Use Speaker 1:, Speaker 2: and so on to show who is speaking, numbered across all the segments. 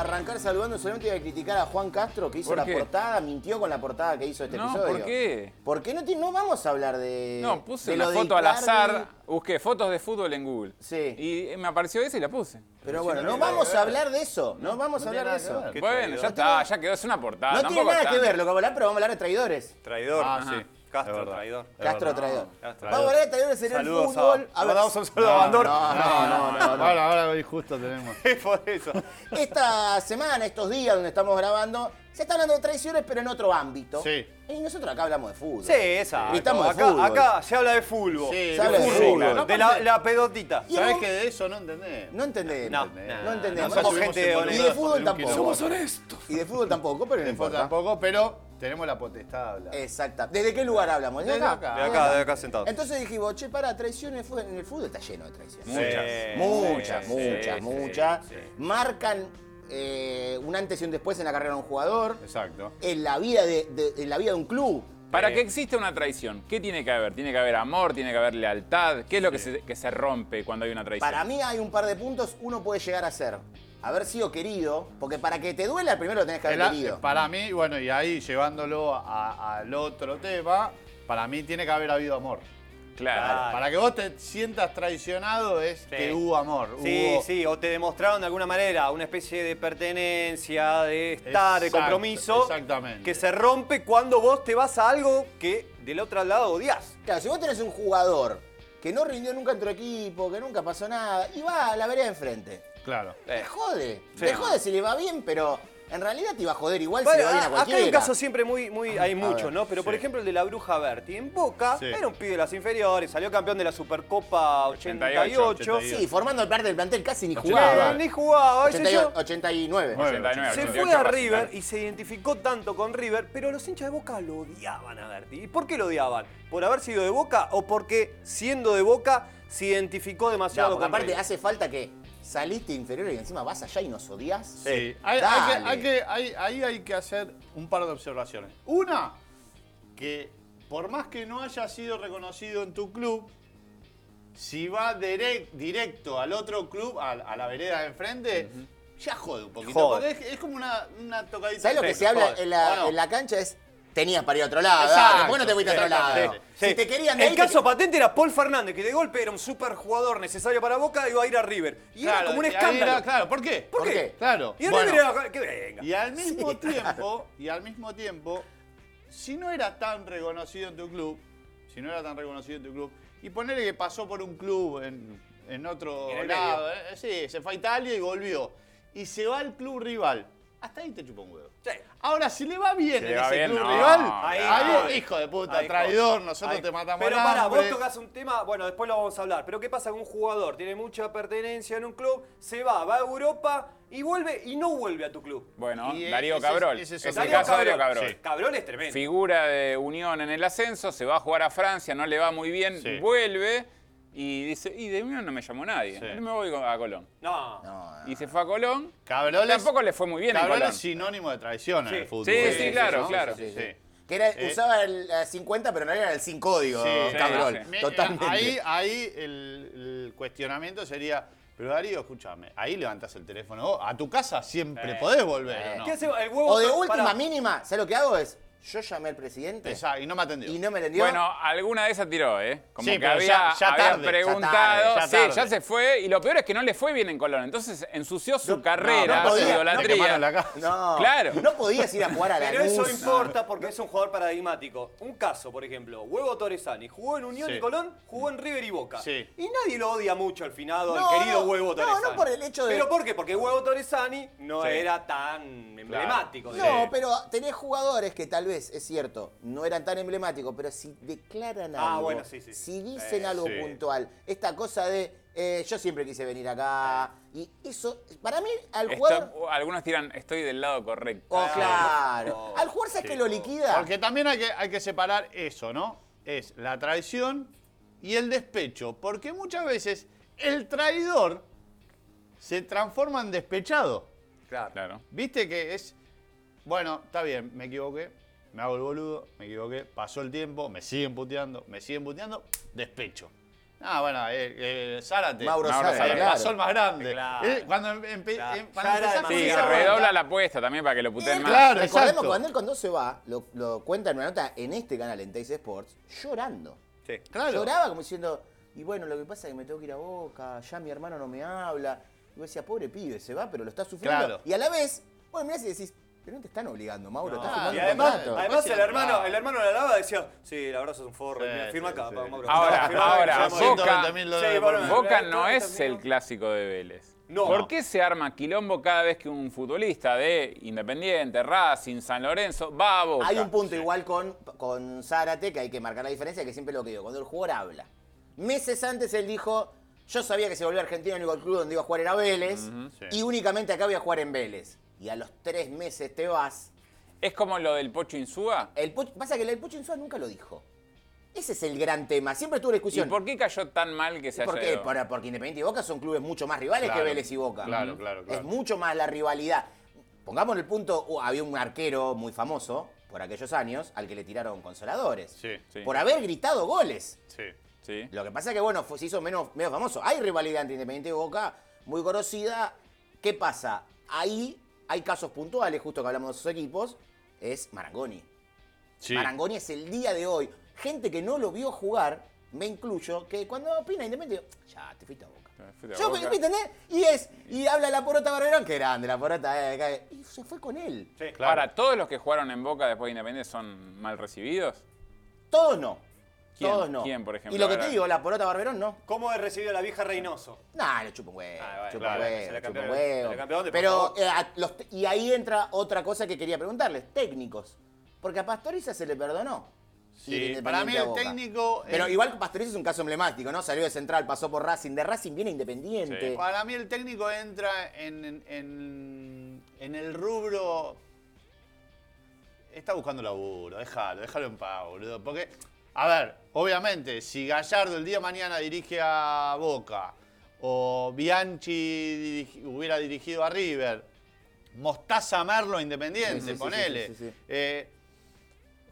Speaker 1: arrancar saludando, solamente voy a criticar a Juan Castro que hizo
Speaker 2: ¿Por
Speaker 1: la
Speaker 2: qué?
Speaker 1: portada, mintió con la portada que hizo este
Speaker 2: No,
Speaker 1: episodio.
Speaker 2: ¿por qué?
Speaker 1: Porque no, te- no vamos a hablar de.
Speaker 2: No, puse
Speaker 1: de
Speaker 2: la
Speaker 1: Eh, lo de
Speaker 2: foto al
Speaker 1: Icardi.
Speaker 2: azar, busqué fotos de fútbol en Google.
Speaker 1: Sí.
Speaker 2: Y me apareció esa y la puse.
Speaker 1: Pero bueno, no
Speaker 3: no tiene nada
Speaker 1: vamos
Speaker 3: que
Speaker 1: a
Speaker 3: ver.
Speaker 1: hablar de eso. No vamos a
Speaker 3: no
Speaker 1: hablar
Speaker 3: tiene
Speaker 1: de
Speaker 3: nada
Speaker 1: eso.
Speaker 3: que ver.
Speaker 2: Bueno, ya
Speaker 3: traidor.
Speaker 2: está, ya quedó, es una portada.
Speaker 1: No tiene
Speaker 2: Ah, tampoco
Speaker 1: nada
Speaker 2: está-
Speaker 1: que ver lo que vamos a hablar, pero vamos a hablar de traidores.
Speaker 4: Traidor,
Speaker 2: Ajá.
Speaker 4: Ah, sí. Castro,
Speaker 3: Es verdad.
Speaker 4: traidor.
Speaker 1: Castro traidor.
Speaker 4: Castro
Speaker 1: Vamos a hablar de traidores en el
Speaker 4: Saludos
Speaker 1: fútbol.
Speaker 4: a-
Speaker 1: A ver,
Speaker 4: Mandamos un saludo a Bandor.
Speaker 1: No, no, no, no. no.
Speaker 3: Ahora, ahora hoy justo tenemos.
Speaker 4: Por eso.
Speaker 1: Esta semana, estos días donde estamos grabando, se está hablando de traiciones, pero en otro ámbito.
Speaker 3: Sí.
Speaker 1: Y nosotros acá hablamos de fútbol.
Speaker 4: Sí, esa.
Speaker 1: Gritamos de
Speaker 4: acá,
Speaker 1: fútbol.
Speaker 4: acá se habla de fútbol.
Speaker 3: Sí,
Speaker 4: de
Speaker 1: se habla de
Speaker 4: fútbol.
Speaker 1: fútbol.
Speaker 4: ¿no? De la, la pelotita.
Speaker 1: Y
Speaker 3: ¿Sabés
Speaker 1: no-
Speaker 3: que de eso no entendés?
Speaker 1: No entendemos. eh.
Speaker 4: No,
Speaker 1: no,
Speaker 4: no,
Speaker 1: entendemos.
Speaker 4: no somos gente
Speaker 1: y
Speaker 4: honesta,
Speaker 1: de fútbol
Speaker 3: tenemos que
Speaker 1: tampoco.
Speaker 3: Somos
Speaker 1: honestos. Y de fútbol tampoco, pero no importa.
Speaker 3: tampoco, pero tenemos la potestad de
Speaker 1: Eh,
Speaker 3: hablar.
Speaker 1: Exacta. ¿Desde qué lugar hablamos?
Speaker 3: Desde acá.
Speaker 4: De acá, de acá sentado.
Speaker 1: Entonces dijimos, che, para, traiciones fu- en el fútbol está lleno de traiciones.
Speaker 2: Muchas.
Speaker 4: Sí,
Speaker 1: Muchas,
Speaker 4: sí,
Speaker 1: muchas,
Speaker 4: sí,
Speaker 1: muchas.
Speaker 4: sí, sí.
Speaker 1: Marcan eh, un antes y un después en la carrera de un jugador,
Speaker 3: Exacto.
Speaker 1: en la vida de, de- en la vida de un club.
Speaker 2: Para que exista una traición, ¿qué tiene que haber? ¿Tiene que haber amor? ¿Tiene que haber lealtad? ¿Qué es lo que, se, que se rompe cuando hay una traición?
Speaker 1: Para mí hay un par de puntos, uno puede llegar a ser haber sido querido, porque para que te duela primero tenés que haber
Speaker 3: El a-
Speaker 1: querido.
Speaker 3: para mí, bueno, y ahí llevándolo a- al otro tema, para mí tiene que haber habido amor.
Speaker 2: Claro.
Speaker 4: Claro.
Speaker 3: Para que vos te sientas traicionado es que hubo amor.
Speaker 4: Sí,
Speaker 3: hubo-
Speaker 4: sí, o te demostraron de alguna manera una especie de pertenencia, de estar, de
Speaker 3: Exacto,
Speaker 4: compromiso.
Speaker 3: exactamente.
Speaker 4: Que se rompe cuando vos te vas a algo que del otro lado odias.
Speaker 1: Claro, si vos tenés un jugador que no rindió nunca en tu equipo, que nunca pasó nada, y va a la vereda de enfrente.
Speaker 3: Claro.
Speaker 1: Te jode.
Speaker 4: Sí.
Speaker 1: Te jode si le va bien, pero en realidad te iba a joder igual si le
Speaker 4: Bueno,
Speaker 1: va bien a
Speaker 4: a- acá
Speaker 1: cualquiera.
Speaker 4: hay un caso siempre muy, muy, hay muchos,
Speaker 1: ver,
Speaker 4: ¿no? Pero por
Speaker 3: sí.
Speaker 4: ejemplo el de la Bruja Berti. En Boca
Speaker 3: Sí.
Speaker 4: era un pibe de las inferiores, salió campeón de la Supercopa 88.
Speaker 2: 88.
Speaker 1: Sí, formando el parte del plantel casi ni
Speaker 4: Jugaba.
Speaker 1: jugaba.
Speaker 4: Ni jugaba. ese
Speaker 1: 88,
Speaker 4: yo-
Speaker 1: 89.
Speaker 3: Bueno.
Speaker 2: 89,
Speaker 4: Se
Speaker 2: 88
Speaker 4: fue a
Speaker 2: Racing,
Speaker 4: River
Speaker 2: claro.
Speaker 4: y se identificó tanto con River, pero los hinchas de Boca lo odiaban a Berti. ¿Y por qué lo odiaban? ¿Por haber sido de Boca o porque siendo de Boca se identificó
Speaker 1: No,
Speaker 4: demasiado
Speaker 1: porque
Speaker 4: con
Speaker 1: aparte
Speaker 4: River?
Speaker 1: hace falta que saliste inferior y encima vas allá y nos odias.
Speaker 3: Sí. Hay- hay que- hay que- hay- ahí hay que hacer un par de observaciones. Una, que por más que no haya sido reconocido en tu club, si va direc- directo al otro club, a, a la vereda de enfrente, ya jode un poquito.
Speaker 4: Jode.
Speaker 3: Porque es, es como una, una tocadita.
Speaker 1: ¿Sabes lo que
Speaker 3: Sí,
Speaker 1: se habla
Speaker 3: jode.
Speaker 1: en la,
Speaker 3: ¿O no?
Speaker 1: en la cancha? Es tenías para ir a otro lado.
Speaker 3: Exacto,
Speaker 1: dale, ¿Por qué no te fuiste a otro lado?
Speaker 3: exactamente.
Speaker 1: Si te querían de
Speaker 4: El
Speaker 1: ahí,
Speaker 4: caso
Speaker 1: te-
Speaker 4: patente era Paul Fernández, que de golpe era un super jugador necesario para Boca y iba a ir a River. Y era
Speaker 3: Claro,
Speaker 4: como un
Speaker 3: y ahí
Speaker 4: escándalo.
Speaker 3: era- claro, ¿por qué?
Speaker 4: ¿Por,
Speaker 1: ¿Por
Speaker 4: qué?
Speaker 1: qué?
Speaker 3: Claro.
Speaker 4: Y el
Speaker 3: Bueno.
Speaker 4: River era. Que venga.
Speaker 3: Y al mismo tiempo, y al mismo tiempo, si no era tan reconocido en tu club, si no era tan reconocido en tu club, y ponerle que pasó por un club en, en otro
Speaker 4: En el
Speaker 3: lado, eh, sí, se fue a Italia y volvió, y se va al club rival, hasta ahí te chupa un huevo.
Speaker 4: Sí.
Speaker 3: Ahora, si le va bien
Speaker 2: Si
Speaker 3: en
Speaker 2: le va
Speaker 3: ese
Speaker 2: bien,
Speaker 3: club
Speaker 2: no.
Speaker 3: rival,
Speaker 2: Ahí
Speaker 3: ahí,
Speaker 4: jode.
Speaker 3: hijo de puta,
Speaker 4: Ahí
Speaker 3: traidor,
Speaker 4: jode.
Speaker 3: nosotros
Speaker 4: Ahí-
Speaker 3: te matamos
Speaker 4: Pero pará,
Speaker 3: hambre.
Speaker 4: vos tocas un tema, bueno, después lo vamos a hablar, pero ¿qué pasa con un jugador? Tiene mucha pertenencia en un club, se va, va a Europa y vuelve y no vuelve a tu club.
Speaker 2: Bueno,
Speaker 3: Y
Speaker 2: Darío
Speaker 3: ese es-
Speaker 2: Cabrol.
Speaker 3: ese es
Speaker 2: Es el
Speaker 3: otro
Speaker 2: caso de
Speaker 4: Cabrón.
Speaker 2: Darío Cabrol.
Speaker 3: Sí.
Speaker 4: Cabrón es tremendo.
Speaker 2: Figura de Unión en el ascenso, se va a jugar a Francia, no le va muy bien,
Speaker 3: Sí.
Speaker 2: vuelve y dice, y de Unión no me llamó nadie,
Speaker 3: Sí.
Speaker 2: me voy a Colón.
Speaker 4: No.
Speaker 2: Y se fue a Colón.
Speaker 3: Cabroles-
Speaker 2: Tampoco le fue muy bien en
Speaker 3: Cabrón
Speaker 2: Colón.
Speaker 3: es sinónimo de traición en
Speaker 4: Sí.
Speaker 3: el fútbol.
Speaker 2: Sí, sí, claro,
Speaker 1: ¿no?
Speaker 2: claro.
Speaker 1: Sí, sí,
Speaker 3: Sí.
Speaker 1: Que era-
Speaker 3: Eh.
Speaker 1: usaba el eh, 50, pero no era el sin código,
Speaker 3: Sí,
Speaker 1: cabrón.
Speaker 2: sí,
Speaker 3: Me-
Speaker 1: Totalmente.
Speaker 3: Ahí, ahí el, el cuestionamiento sería, pero Darío, escúchame, ahí levantas el teléfono vos, a tu casa siempre podés volver, ¿o no?
Speaker 4: Eh, ¿Qué hace el huevo?
Speaker 1: o de última
Speaker 4: Pará.
Speaker 1: mínima, ¿sabes lo que hago? Es, yo llamé al presidente
Speaker 3: Exacto, y no me atendió. Ah,
Speaker 1: y no me atendió.
Speaker 2: Bueno, alguna de esas tiró, ¿eh? Como
Speaker 3: Sí,
Speaker 2: que
Speaker 3: pero
Speaker 2: había,
Speaker 3: ya- ya
Speaker 2: había
Speaker 3: tarde, ya
Speaker 2: preguntado.
Speaker 3: tarde, ya
Speaker 2: sí,
Speaker 3: tarde.
Speaker 2: ya se fue. Y lo peor es que no le fue bien en Colón. Entonces ensució su
Speaker 1: no
Speaker 2: carrera, su
Speaker 1: podía, no
Speaker 3: Te
Speaker 2: idolatría.
Speaker 3: quemaron la casa.
Speaker 1: no,
Speaker 2: claro.
Speaker 1: No podías ir a jugar a la
Speaker 4: Pero eso importa porque es un jugador paradigmático. Un caso, por ejemplo, Huevo Torresani. Jugó en Unión
Speaker 3: Sí.
Speaker 4: y Colón, jugó en River y Boca.
Speaker 3: Sí.
Speaker 4: Y nadie lo odia mucho al finado,
Speaker 1: No,
Speaker 4: al querido
Speaker 1: no,
Speaker 4: Huevo
Speaker 1: no,
Speaker 4: Torresani.
Speaker 1: no por el hecho de-
Speaker 4: ¿Pero por qué? Porque Huevo Torresani no
Speaker 2: Sí.
Speaker 4: era tan emblemático. digamos.
Speaker 1: No, pero tenés jugadores que tal vez, es cierto, no eran tan emblemáticos, pero si declaran
Speaker 4: Ah,
Speaker 1: algo,
Speaker 4: bueno, sí, sí.
Speaker 1: si dicen
Speaker 4: Eh,
Speaker 1: algo
Speaker 3: sí.
Speaker 1: puntual, esta cosa de eh, yo siempre quise venir acá, y eso, para mí, al
Speaker 2: Esto-
Speaker 1: jugador...
Speaker 2: algunos tiran, estoy del lado correcto.
Speaker 1: Oh, claro. Al jugador, ¿sabes que lo liquida?
Speaker 3: Porque también hay que, hay que separar eso, ¿no? Es la traición y el despecho. Porque muchas veces el traidor se transforma en despechado.
Speaker 2: Claro.
Speaker 3: Viste que es. Bueno, está bien, me equivoqué. Me hago el boludo, me equivoqué. Pasó el tiempo, me siguen puteando, me siguen puteando. Despecho. Ah, bueno, eh, eh, Zárate.
Speaker 1: Mauro
Speaker 2: Mauro
Speaker 1: Zárate,
Speaker 2: Zárate.
Speaker 3: Eh,
Speaker 1: claro.
Speaker 3: pasó el más grande.
Speaker 4: Claro.
Speaker 3: Eh, cuando empe-
Speaker 4: Claro.
Speaker 3: em- cuando
Speaker 4: Ya era
Speaker 1: Ah,
Speaker 3: empezamos
Speaker 2: Sí,
Speaker 4: demasiado.
Speaker 3: esa banda-
Speaker 2: redobla la apuesta también para que lo
Speaker 1: Y
Speaker 2: puteen más.
Speaker 3: claro,
Speaker 1: recordemos
Speaker 3: exacto.
Speaker 1: cuando él cuando se va, lo, lo cuenta en una nota en este canal, en Tays Sports, llorando.
Speaker 4: Sí.
Speaker 3: Claro.
Speaker 1: Lloraba como diciendo, y bueno, lo que pasa es que me tengo que ir a Boca, ya mi hermano no me habla. Y yo decía, pobre pibe, se va, pero lo está sufriendo.
Speaker 3: Claro.
Speaker 1: Y a la vez, bueno, mirá si decís, pero no te están obligando, Mauro,
Speaker 4: No,
Speaker 1: estás firmando
Speaker 4: Ah, y
Speaker 1: un
Speaker 4: además,
Speaker 1: contrato.
Speaker 4: además
Speaker 3: Sí,
Speaker 4: el hermano,
Speaker 3: claro.
Speaker 4: el hermano de la lava decía, sí, la verdad sos un forro,
Speaker 3: Sí,
Speaker 4: mira, firma
Speaker 3: sí,
Speaker 4: acá,
Speaker 3: sí.
Speaker 4: pa, Mauro.
Speaker 2: Ahora,
Speaker 4: Firma acá,
Speaker 2: ahora,
Speaker 4: firma acá".
Speaker 2: Boca-
Speaker 3: 120.000 dólares
Speaker 4: Sí,
Speaker 3: por
Speaker 4: Boca-
Speaker 3: mes.
Speaker 2: Boca
Speaker 4: Claro,
Speaker 2: no es
Speaker 4: también.
Speaker 2: el clásico de Vélez.
Speaker 4: No.
Speaker 2: ¿Por qué se arma quilombo cada vez que un futbolista de Independiente, Racing, San Lorenzo va a Boca?
Speaker 1: Hay un punto igual con, con Zárate que hay que marcar la diferencia, que siempre lo que digo, cuando el jugador habla. Meses antes él dijo, yo sabía que se volvía a Argentina, el único club donde iba a jugar era Vélez,
Speaker 3: sí.
Speaker 1: y únicamente acá voy a jugar en Vélez. Y a los tres meses te vas.
Speaker 2: ¿Es como lo del Pocho Insúa?
Speaker 1: El Puch- pasa que el Pucho Insúa nunca lo dijo. Ese es el gran tema. Siempre tuvo la
Speaker 2: ¿Y
Speaker 1: discusión.
Speaker 2: por qué cayó tan mal que se haya
Speaker 1: ¿Por qué?
Speaker 2: ido?
Speaker 1: Por- porque Independiente y Boca son clubes mucho más rivales
Speaker 3: Claro,
Speaker 1: que Vélez y Boca.
Speaker 3: claro, claro, claro.
Speaker 1: Es mucho más la rivalidad. Pongamos el punto, uh, había un arquero muy famoso por aquellos años al que le tiraron consoladores.
Speaker 3: Sí,
Speaker 2: sí.
Speaker 1: Por haber gritado goles.
Speaker 3: Sí.
Speaker 2: Sí.
Speaker 1: Lo que pasa es que, bueno, fue- se hizo menos, menos famoso. Hay rivalidad entre Independiente y Boca, muy conocida. ¿Qué pasa? Ahí hay casos puntuales, justo que hablamos de esos equipos, es Marangoni.
Speaker 3: Sí.
Speaker 1: Marangoni es el día de hoy. Gente que no lo vio jugar, me incluyo, que cuando opina Independiente, digo, ya, te fuiste a Boca.
Speaker 2: Te fuiste Eh, a
Speaker 1: Yo,
Speaker 2: Boca.
Speaker 1: ¿me entendés? Y es, y habla la porota Barberón, que grande la porota, eh, que- y se fue con él.
Speaker 4: Sí,
Speaker 3: Claro.
Speaker 2: Ahora, ¿todos los que jugaron en Boca después de Independiente son mal recibidos?
Speaker 1: Todos no.
Speaker 2: ¿Quién?
Speaker 1: Todos no.
Speaker 2: ¿Quién, por ejemplo?
Speaker 1: Y lo que
Speaker 2: Ahora-
Speaker 1: te digo, la porota Barberón no.
Speaker 4: ¿Cómo he recibido a la vieja Reynoso?
Speaker 1: Nah, le chupa un huevo.
Speaker 4: Ah, bueno,
Speaker 1: chupa un
Speaker 4: claro,
Speaker 1: huevo,
Speaker 4: se la
Speaker 1: chupa un
Speaker 4: cambió,
Speaker 1: huevo.
Speaker 4: se la cambió, ¿dónde, por
Speaker 1: Pero,
Speaker 4: favor?
Speaker 1: eh, a los te- y ahí entra otra cosa que quería preguntarles, técnicos. Porque a Pastoriza se le perdonó.
Speaker 3: Sí,
Speaker 1: ir Independiente
Speaker 3: para mí
Speaker 1: a
Speaker 3: el
Speaker 1: Boca.
Speaker 3: técnico eh, es-
Speaker 1: Pero igual Pastoriza es un caso emblemático, ¿no? Salió de Central, pasó por Racing. De Racing viene Independiente.
Speaker 2: Sí.
Speaker 3: Para mí el técnico entra en, en- en- en el rubro. Está buscando laburo, déjalo, déjalo en paz, boludo. Porque, a ver, obviamente, si Gallardo el día de mañana dirige a Boca o Bianchi dirigi- hubiera dirigido a River, Mostaza Merlo a Independiente,
Speaker 1: Sí, sí, sí,
Speaker 3: ponele.
Speaker 1: sí, sí, sí, sí.
Speaker 3: Eh,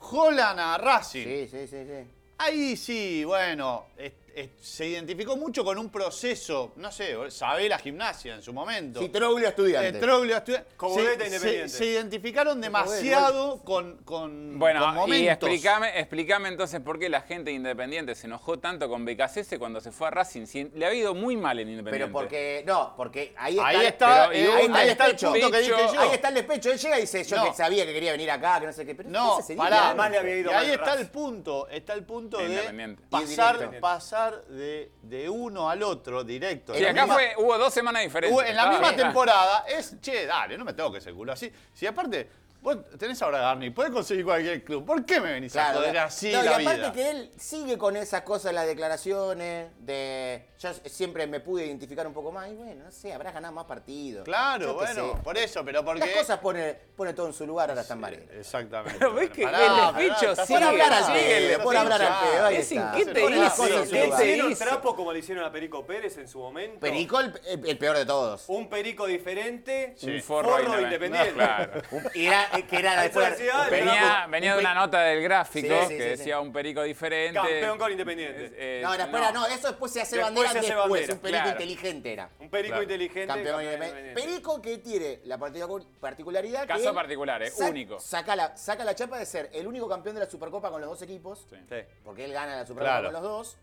Speaker 3: Holland a Racing.
Speaker 1: Sí, sí, sí, sí.
Speaker 3: Ahí sí, bueno, es- es- se identificó mucho con un proceso, no sé, sabe la gimnasia en su momento.
Speaker 1: Sí, Troglio estudiante.
Speaker 3: Eh, Troglio estu-
Speaker 4: Cogoleta
Speaker 3: se,
Speaker 4: Independiente.
Speaker 3: se- se identificaron demasiado con,
Speaker 1: Mm,
Speaker 3: con, con
Speaker 2: Bueno, y
Speaker 3: momentos.
Speaker 2: explícame, explícame entonces por qué la gente de Independiente se enojó tanto con Becasese cuando se fue a Racing. Si le ha ido muy mal en Independiente.
Speaker 1: pero porque, no, porque ahí está,
Speaker 3: Ahí está,
Speaker 2: Pero, y
Speaker 3: eh,
Speaker 2: un-
Speaker 1: ahí está
Speaker 3: ahí
Speaker 1: el
Speaker 3: está el
Speaker 1: pecho.
Speaker 3: punto que dije
Speaker 2: Pecho.
Speaker 3: yo.
Speaker 1: Ahí está el despecho. Él llega y dice, yo
Speaker 3: No.
Speaker 1: que sabía que quería venir acá, que no sé qué. Pero
Speaker 3: No,
Speaker 1: ¿qué hace ese día?
Speaker 3: pará.
Speaker 4: Además le había ido
Speaker 3: y
Speaker 4: mal
Speaker 3: ahí
Speaker 4: en
Speaker 3: está
Speaker 4: Racing.
Speaker 3: el punto, está el punto
Speaker 2: De
Speaker 3: de
Speaker 2: Independiente.
Speaker 3: pasar,
Speaker 1: Indirecto.
Speaker 3: pasar de, de uno al otro directo.
Speaker 2: Sí,
Speaker 3: En la
Speaker 2: acá
Speaker 3: misma-
Speaker 2: fue, hubo dos semanas de
Speaker 3: Hubo-
Speaker 2: diferencia.
Speaker 3: en la misma
Speaker 2: Ah,
Speaker 3: temporada es, che, dale, no me toques el culo así. Si aparte, vos tenés ahora a Garni, podés conseguir cualquier club. ¿Por qué me venís a joder así
Speaker 1: No, y
Speaker 3: la
Speaker 1: aparte
Speaker 3: vida?
Speaker 1: que él sigue con esas cosas, las declaraciones, de yo siempre me pude identificar un poco más, y bueno, no sé, habrás ganado más partidos.
Speaker 3: Claro,
Speaker 1: Yo qué
Speaker 3: bueno,
Speaker 1: sé.
Speaker 3: por eso, pero porque...
Speaker 1: Las cosas pone, pone todo en su lugar ahora están varias.
Speaker 3: Exactamente.
Speaker 2: Pero ves que el despecho
Speaker 3: estás
Speaker 2: sigue,
Speaker 1: Por hablar al
Speaker 2: sí,
Speaker 1: pedo,
Speaker 2: el
Speaker 1: por hablar al
Speaker 2: despecho.
Speaker 1: pedo, ahí
Speaker 2: Es
Speaker 1: está.
Speaker 2: inquietante,
Speaker 1: Pone las
Speaker 2: dice,
Speaker 1: cosas en su
Speaker 4: Le
Speaker 2: ¿qué
Speaker 1: lugar.
Speaker 2: dice?
Speaker 4: hicieron
Speaker 2: hizo?
Speaker 4: trapo como le hicieron a Perico Pérez en su momento.
Speaker 1: Perico, el, el- el peor de todos.
Speaker 3: Uh.
Speaker 4: Un perico diferente.
Speaker 2: Un forro,
Speaker 4: de independiente.
Speaker 2: No, claro.
Speaker 1: Y era, que era
Speaker 4: Eso
Speaker 1: después-
Speaker 4: decía,
Speaker 1: un
Speaker 4: Pero
Speaker 2: Venía,
Speaker 1: perico-
Speaker 2: venía
Speaker 1: un
Speaker 2: de
Speaker 1: pe-
Speaker 2: una nota del gráfico
Speaker 1: Sí, sí,
Speaker 2: que
Speaker 1: sí, sí.
Speaker 2: decía un perico diferente.
Speaker 4: Campeón con Independiente.
Speaker 2: Eh, eh,
Speaker 1: No, después era, no, eso después se hace
Speaker 4: Después
Speaker 1: bandera
Speaker 4: se hace
Speaker 1: después,
Speaker 4: bandera,
Speaker 1: un perico
Speaker 2: claro.
Speaker 1: inteligente era.
Speaker 4: Un perico
Speaker 3: Claro.
Speaker 4: inteligente.
Speaker 1: Campeón
Speaker 4: independiente.
Speaker 1: independiente. Perico que tiene la particu- particularidad que
Speaker 2: Caso
Speaker 1: él
Speaker 2: particular, eh,
Speaker 1: sa-
Speaker 2: único.
Speaker 1: Saca la, saca la chapa de ser el único campeón de la Supercopa con los dos equipos,
Speaker 2: Sí.
Speaker 4: Sí.
Speaker 1: porque él gana la Supercopa
Speaker 3: Claro.
Speaker 1: con los dos.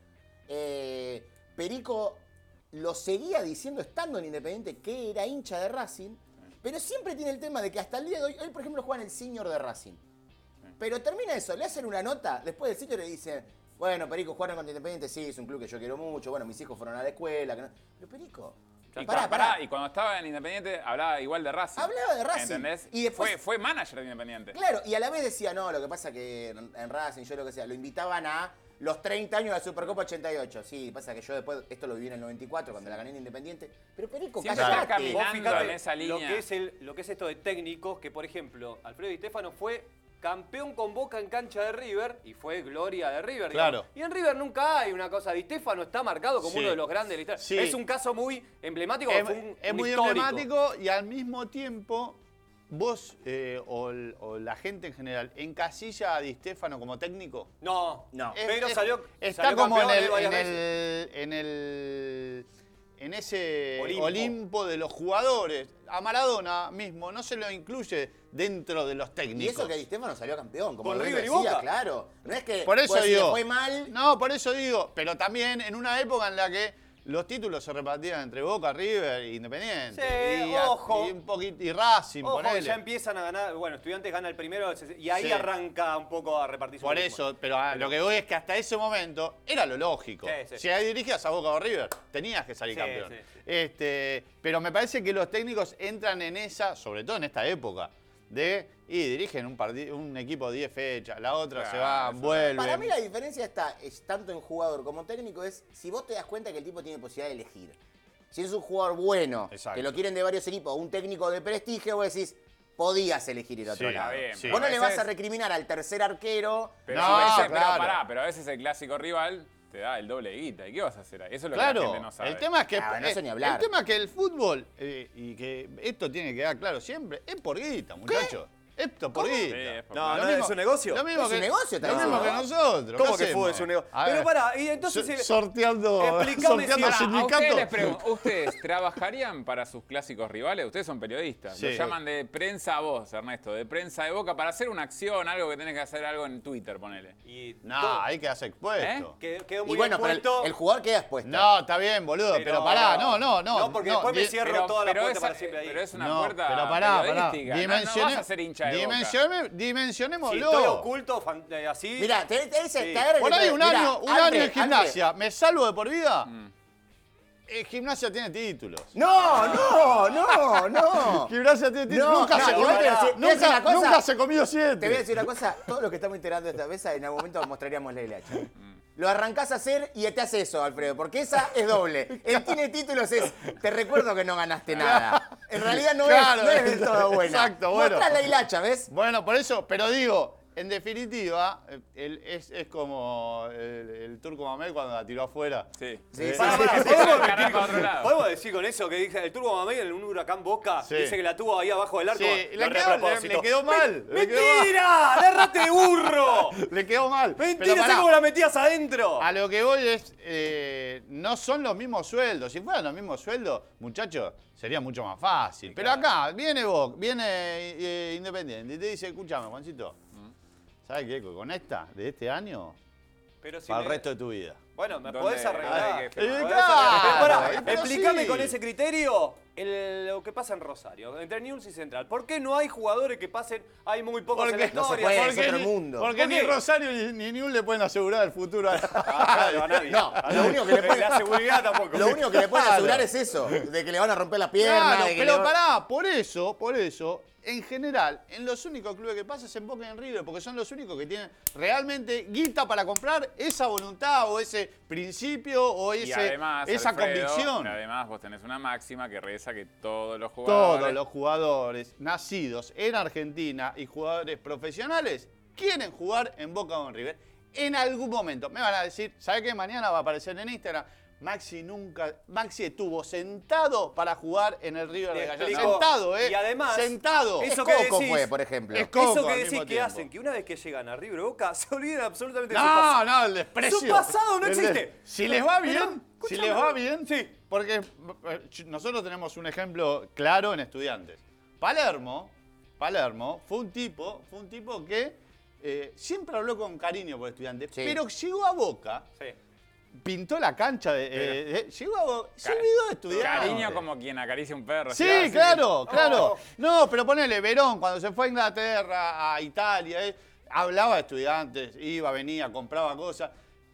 Speaker 1: Eh, Perico lo seguía diciendo estando en Independiente que era hincha de Racing, pero siempre tiene el tema de que hasta el día de hoy, hoy por ejemplo juegan el senior de Racing. Pero termina eso, le hacen una nota, después del sitio le dicen, bueno, Perico, jugaron contra Independiente, sí, es un club que yo quiero mucho, bueno, mis hijos fueron a la escuela. que no- Pero Perico,
Speaker 2: Y,
Speaker 1: pará, pará.
Speaker 2: cua- pará, y cuando estaba en Independiente hablaba igual de Racing.
Speaker 1: Hablaba de Racing.
Speaker 2: ¿Entendés?
Speaker 1: Y después-
Speaker 2: fue, fue manager de Independiente.
Speaker 1: Claro, y a la vez decía, no, lo que pasa que en en Racing, yo lo que sea, lo invitaban a los 30 años de la Supercopa 88. Sí, pasa que yo después, esto lo viví en el 94, cuando la gané en Independiente. Pero Perico,
Speaker 2: Siempre está
Speaker 1: callate.
Speaker 2: caminando.
Speaker 4: Vos fijate
Speaker 2: en esa
Speaker 4: Lo
Speaker 2: línea.
Speaker 4: que, es el- lo que es esto de técnicos, que por ejemplo, Alfredo Di Stefano fue campeón con Boca en cancha de River y fue gloria de River. digamos.
Speaker 3: Claro.
Speaker 4: Y en River nunca hay una cosa. Di Stefano está marcado como
Speaker 3: Sí.
Speaker 4: uno de los grandes de la historia.
Speaker 3: Sí.
Speaker 4: Es un caso muy emblemático.
Speaker 3: Es,
Speaker 4: fue un-
Speaker 3: es
Speaker 4: un
Speaker 3: muy
Speaker 4: histórico.
Speaker 3: emblemático y al mismo tiempo vos eh, o, el- o la gente en general encasilla a Di Stefano como técnico?
Speaker 4: No,
Speaker 1: No.
Speaker 3: Es-
Speaker 4: Pero
Speaker 3: es-
Speaker 4: salió.
Speaker 3: Está
Speaker 4: salió
Speaker 3: como en
Speaker 4: campeón
Speaker 3: el,
Speaker 4: de varias
Speaker 3: en,
Speaker 4: veces.
Speaker 3: el, en el- en ese
Speaker 4: Olimpo.
Speaker 3: Olimpo. de los jugadores. A Maradona mismo no se lo incluye dentro de los técnicos.
Speaker 1: Y eso que Di Stéfano salió campeón, como
Speaker 4: Con
Speaker 1: bien
Speaker 4: River y
Speaker 1: decía,
Speaker 4: Boca.
Speaker 1: claro. No es que
Speaker 3: Por eso
Speaker 1: pues, si le
Speaker 3: digo.
Speaker 1: fue mal,
Speaker 3: No, por eso digo. Pero también en una época en la que los títulos se repartían entre Boca, River e Independiente.
Speaker 4: Sí,
Speaker 3: y, a-
Speaker 4: ojo.
Speaker 3: Y, un poquito, y Racing,
Speaker 4: Ojo,
Speaker 3: ponele.
Speaker 4: ya empiezan a ganar. Bueno, Estudiantes gana el primero y ahí
Speaker 3: Sí.
Speaker 4: arranca un poco a repartirse.
Speaker 3: Por
Speaker 4: un poco
Speaker 3: eso, pero ah, lo que voy es que hasta ese momento era lo lógico.
Speaker 4: Sí, sí.
Speaker 3: Si ahí dirigías a Boca o River, tenías que salir
Speaker 4: Sí,
Speaker 3: campeón.
Speaker 4: sí, sí.
Speaker 3: Este, pero me parece que los técnicos entran en esa, sobre todo en esta época, de y dirigen un, parti- un equipo 10 fechas, la otra se
Speaker 2: Claro,
Speaker 3: va,
Speaker 2: eso-
Speaker 3: vuelve.
Speaker 1: para mí la diferencia está, es tanto en jugador como técnico, es si vos te das cuenta que el tipo tiene posibilidad de elegir. Si es un jugador bueno,
Speaker 3: Exacto.
Speaker 1: que lo quieren de varios equipos, un técnico de prestigio, vos decís, podías elegir el otro
Speaker 3: Sí,
Speaker 1: lado.
Speaker 2: está bien,
Speaker 3: sí.
Speaker 1: Vos no
Speaker 2: a
Speaker 1: le vas a
Speaker 2: veces-
Speaker 1: recriminar al tercer arquero.
Speaker 2: Pero,
Speaker 3: No,
Speaker 2: a veces,
Speaker 3: claro.
Speaker 2: pero, pará, pero a veces el clásico rival te da el doble de guita. ¿Y qué vas a hacer? ahí? Eso es lo que la
Speaker 3: Claro,
Speaker 2: gente no sabe.
Speaker 3: el tema es que
Speaker 1: Ah, no sé ni
Speaker 3: eh,
Speaker 1: hablar.
Speaker 3: el tema es que el fútbol eh, y que esto tiene que quedar claro siempre es por guita, muchachos. Esto por guita.
Speaker 2: Sí, es por
Speaker 4: No,
Speaker 2: plata.
Speaker 4: no, es un negocio.
Speaker 3: Lo mismo
Speaker 1: Es un
Speaker 3: que,
Speaker 1: negocio
Speaker 3: lo
Speaker 1: también.
Speaker 3: mismo que nosotros.
Speaker 4: ¿Cómo
Speaker 3: ¿qué
Speaker 4: que fútbol
Speaker 3: hacemos?
Speaker 4: es un negocio?
Speaker 3: A
Speaker 4: Pero
Speaker 3: ver,
Speaker 4: pará, y entonces
Speaker 3: so-
Speaker 4: el-
Speaker 3: sorteando,
Speaker 4: Explicame si-
Speaker 3: sorteando
Speaker 4: Pará, a
Speaker 2: A ustedes les
Speaker 3: sindicatos.
Speaker 2: pregunto, ¿ustedes trabajarían para sus clásicos rivales? Ustedes son periodistas. Lo
Speaker 3: Sí.
Speaker 2: llaman de prensa a vos, Ernesto, de prensa de boca, para hacer una acción, algo que tenés que hacer algo en Twitter, ponele.
Speaker 4: Y
Speaker 3: No, ahí quedas expuesto.
Speaker 2: ¿Eh?
Speaker 4: quedó, quedó muy
Speaker 1: Y bueno, pero el,
Speaker 4: expuesto,
Speaker 1: el jugador queda expuesto.
Speaker 3: No, está bien, boludo, pero, pará, no, no, no.
Speaker 4: No, porque después me
Speaker 3: di-
Speaker 4: cierro toda la puerta
Speaker 2: esa- eh,
Speaker 4: para siempre ahí.
Speaker 2: pero es una
Speaker 3: no,
Speaker 2: puerta
Speaker 3: pero pará, pará.
Speaker 2: periodística. No- no, vas a
Speaker 3: Dimensione-
Speaker 2: ser hincha de boca.
Speaker 3: dimensione-
Speaker 4: Si
Speaker 3: Dimensionémoslo.
Speaker 4: estoy oculto, fan- eh, así.
Speaker 1: Mirá, tenés, tenés el
Speaker 4: Sí.
Speaker 1: caer
Speaker 3: Por
Speaker 1: que
Speaker 3: ahí
Speaker 1: tenés.
Speaker 3: un
Speaker 1: Mirá,
Speaker 3: año, un
Speaker 1: André,
Speaker 3: año en
Speaker 1: André.
Speaker 3: gimnasia. ¿Me salvo de por vida? Eh, gimnasia tiene títulos.
Speaker 1: No, no, no, no.
Speaker 3: Gimnasia tiene títulos.
Speaker 1: No,
Speaker 3: nunca,
Speaker 1: no,
Speaker 3: se
Speaker 1: igual
Speaker 3: comió,
Speaker 1: te voy a decir- te voy a decir
Speaker 3: nunca,
Speaker 1: una cosa.
Speaker 3: nunca se comió siete.
Speaker 1: Te voy a decir una cosa, todos los que estamos integrando esta mesa en algún momento mostraríamos la hilacha. Lo arrancás a hacer y te hace eso, Alfredo, porque esa es doble. El tiene títulos es, te recuerdo que no ganaste nada. En realidad no,
Speaker 3: Claro,
Speaker 1: es, no es del todo buena.
Speaker 3: exacto, bueno.
Speaker 1: Mostrás la hilacha, ¿ves?
Speaker 3: Bueno, por eso, pero digo, en definitiva, eh, el- es, es como el, el turco Mamé cuando la tiró afuera.
Speaker 2: Sí.
Speaker 1: Sí, sí,
Speaker 4: Pará,
Speaker 1: sí.
Speaker 2: Sí,
Speaker 4: pará, ¿podemos,
Speaker 2: sí,
Speaker 4: mentir
Speaker 2: carajo,
Speaker 4: con-
Speaker 2: a otro lado.
Speaker 4: podemos decir con eso que dije el Turbo Mamey en un huracán Boca
Speaker 3: Sí.
Speaker 4: dice que la tuvo ahí abajo del arco.
Speaker 3: Sí,
Speaker 4: lo
Speaker 3: le
Speaker 4: re
Speaker 3: quedó, le,
Speaker 4: propósito.
Speaker 3: le quedó mal. Le quedó mal.
Speaker 4: ¡Mentira! ¡La erraste de burro!
Speaker 3: Le quedó mal. Pero
Speaker 4: ¡Mentira!
Speaker 3: pará, Ah,
Speaker 4: sé cómo la metías adentro!
Speaker 3: a lo que voy es, eh, no son los mismos sueldos. Si fueran los mismos sueldos, muchachos, sería mucho más fácil. Pero acá viene Boc, viene eh, Independiente y te dice, escúchame, Juancito,
Speaker 4: Mm.
Speaker 3: ¿sabes qué? Con esta, de este año,
Speaker 4: Pero si
Speaker 3: para el
Speaker 4: me-
Speaker 3: resto de tu vida.
Speaker 4: Bueno, me
Speaker 2: ¿Dónde-
Speaker 4: podés
Speaker 2: dónde
Speaker 1: Ah,
Speaker 4: arreglar.
Speaker 2: hay que
Speaker 4: Me
Speaker 3: firmar?
Speaker 4: podés
Speaker 3: Eh,
Speaker 4: arreglar.
Speaker 3: claro,
Speaker 4: Pará,
Speaker 3: eh, pero
Speaker 4: explícame
Speaker 3: sí.
Speaker 4: con ese criterio el- lo que pasa en Rosario, entre News y Central. ¿Por qué no hay jugadores que pasen? Hay muy pocos en la
Speaker 1: No se
Speaker 4: historia.
Speaker 1: puede,
Speaker 4: ¿Por qué?
Speaker 1: es otro
Speaker 3: ni,
Speaker 1: mundo.
Speaker 3: porque
Speaker 4: ¿Por
Speaker 3: ni
Speaker 4: qué?
Speaker 3: Rosario ni, ni Newell le pueden asegurar el futuro a
Speaker 4: Ah, claro, a nadie.
Speaker 1: No,
Speaker 4: A
Speaker 1: lo
Speaker 4: nadie.
Speaker 1: único que le puede-
Speaker 4: La seguridad tampoco.
Speaker 1: Lo único que le pueden
Speaker 3: Claro.
Speaker 1: asegurar es eso, de que le van a romper las piernas.
Speaker 3: Claro,
Speaker 1: de que le
Speaker 3: pero
Speaker 1: van-
Speaker 3: pará, por eso, por eso, en general, en los únicos clubes que pasa es en Boca y en River, porque son los únicos que tienen realmente guita para comprar esa voluntad o ese principio o
Speaker 2: Y
Speaker 3: ese,
Speaker 2: además,
Speaker 3: esa
Speaker 2: Alfredo,
Speaker 3: convicción.
Speaker 2: Además, vos tenés una máxima que reza que todos los jugadores.
Speaker 3: Todos los jugadores nacidos en Argentina y jugadores profesionales quieren jugar en Boca o en River en algún momento. Me van a decir, ¿sabes qué? Mañana va a aparecer en Instagram. Maxi nunca, Maxi estuvo sentado para jugar en el River
Speaker 4: Te
Speaker 3: de Gallones.
Speaker 4: explico.
Speaker 3: Sentado, ¿eh?
Speaker 4: Y además,
Speaker 3: sentado.
Speaker 1: Es
Speaker 4: eso que
Speaker 1: Coco
Speaker 4: decís-
Speaker 1: fue, por ejemplo.
Speaker 3: Es Coco
Speaker 4: Eso
Speaker 3: al
Speaker 4: que
Speaker 3: mismo
Speaker 4: decís que
Speaker 3: tiempo.
Speaker 4: hacen, que una vez que llegan a River Boca, se olvidan absolutamente de su
Speaker 3: No,
Speaker 4: pasado.
Speaker 3: no, el desprecio.
Speaker 4: Su pasado no
Speaker 3: El
Speaker 4: existe.
Speaker 3: des- Si les va bien,
Speaker 4: Pero,
Speaker 3: si
Speaker 4: escúchame.
Speaker 3: les va bien,
Speaker 4: Sí.
Speaker 3: Porque eh, ch- nosotros tenemos un ejemplo claro en estudiantes. Palermo, Palermo fue un tipo, fue un tipo que eh, siempre habló con cariño por estudiantes,
Speaker 1: Sí.
Speaker 3: pero llegó a Boca,
Speaker 4: Sí.
Speaker 3: pintó la cancha, de, eh, eh, llegó a Boca, se olvidó de estudiantes.
Speaker 2: Cariño como quien acaricia un perro.
Speaker 3: Sí,
Speaker 2: ¿sabes?
Speaker 3: claro, claro.
Speaker 4: Oh.
Speaker 3: No, pero ponele, Verón, cuando se fue a Inglaterra, a Italia, eh, hablaba de estudiantes, iba, venía, compraba cosas,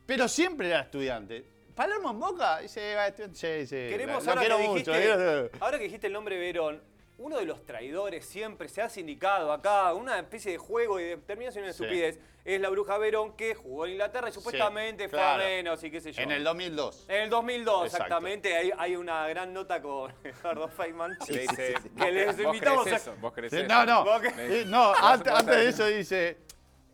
Speaker 3: pero siempre era estudiante. Palermo en Boca, dice, "Ah, estudiante, sí, sí,
Speaker 4: Queremos
Speaker 3: lo
Speaker 4: ahora,
Speaker 3: quiero
Speaker 4: que
Speaker 3: mucho, ¿eh?
Speaker 4: dijiste,
Speaker 3: lo quiero-
Speaker 4: ahora que dijiste el nombre Verón, uno de los traidores siempre se ha sindicado acá, una especie de juego y de- termina siendo una
Speaker 3: Sí.
Speaker 4: estupidez, es la bruja Verón que jugó en Inglaterra y supuestamente fue a
Speaker 3: claro.
Speaker 4: menos y qué sé yo.
Speaker 3: En el 2002.
Speaker 4: En el 2002,
Speaker 3: Exacto.
Speaker 4: exactamente, hay, hay una gran nota con Eduardo Feynman.
Speaker 2: Le dice,
Speaker 1: Sí, sí, sí.
Speaker 2: "Vos
Speaker 4: Que les
Speaker 2: creés
Speaker 4: invitamos
Speaker 2: eso,
Speaker 4: a-
Speaker 2: Vos creés
Speaker 3: Sí,
Speaker 2: eso".
Speaker 3: no, no,
Speaker 4: Boca.
Speaker 3: eh, no, antes,
Speaker 2: Vos-
Speaker 3: antes de eso dice,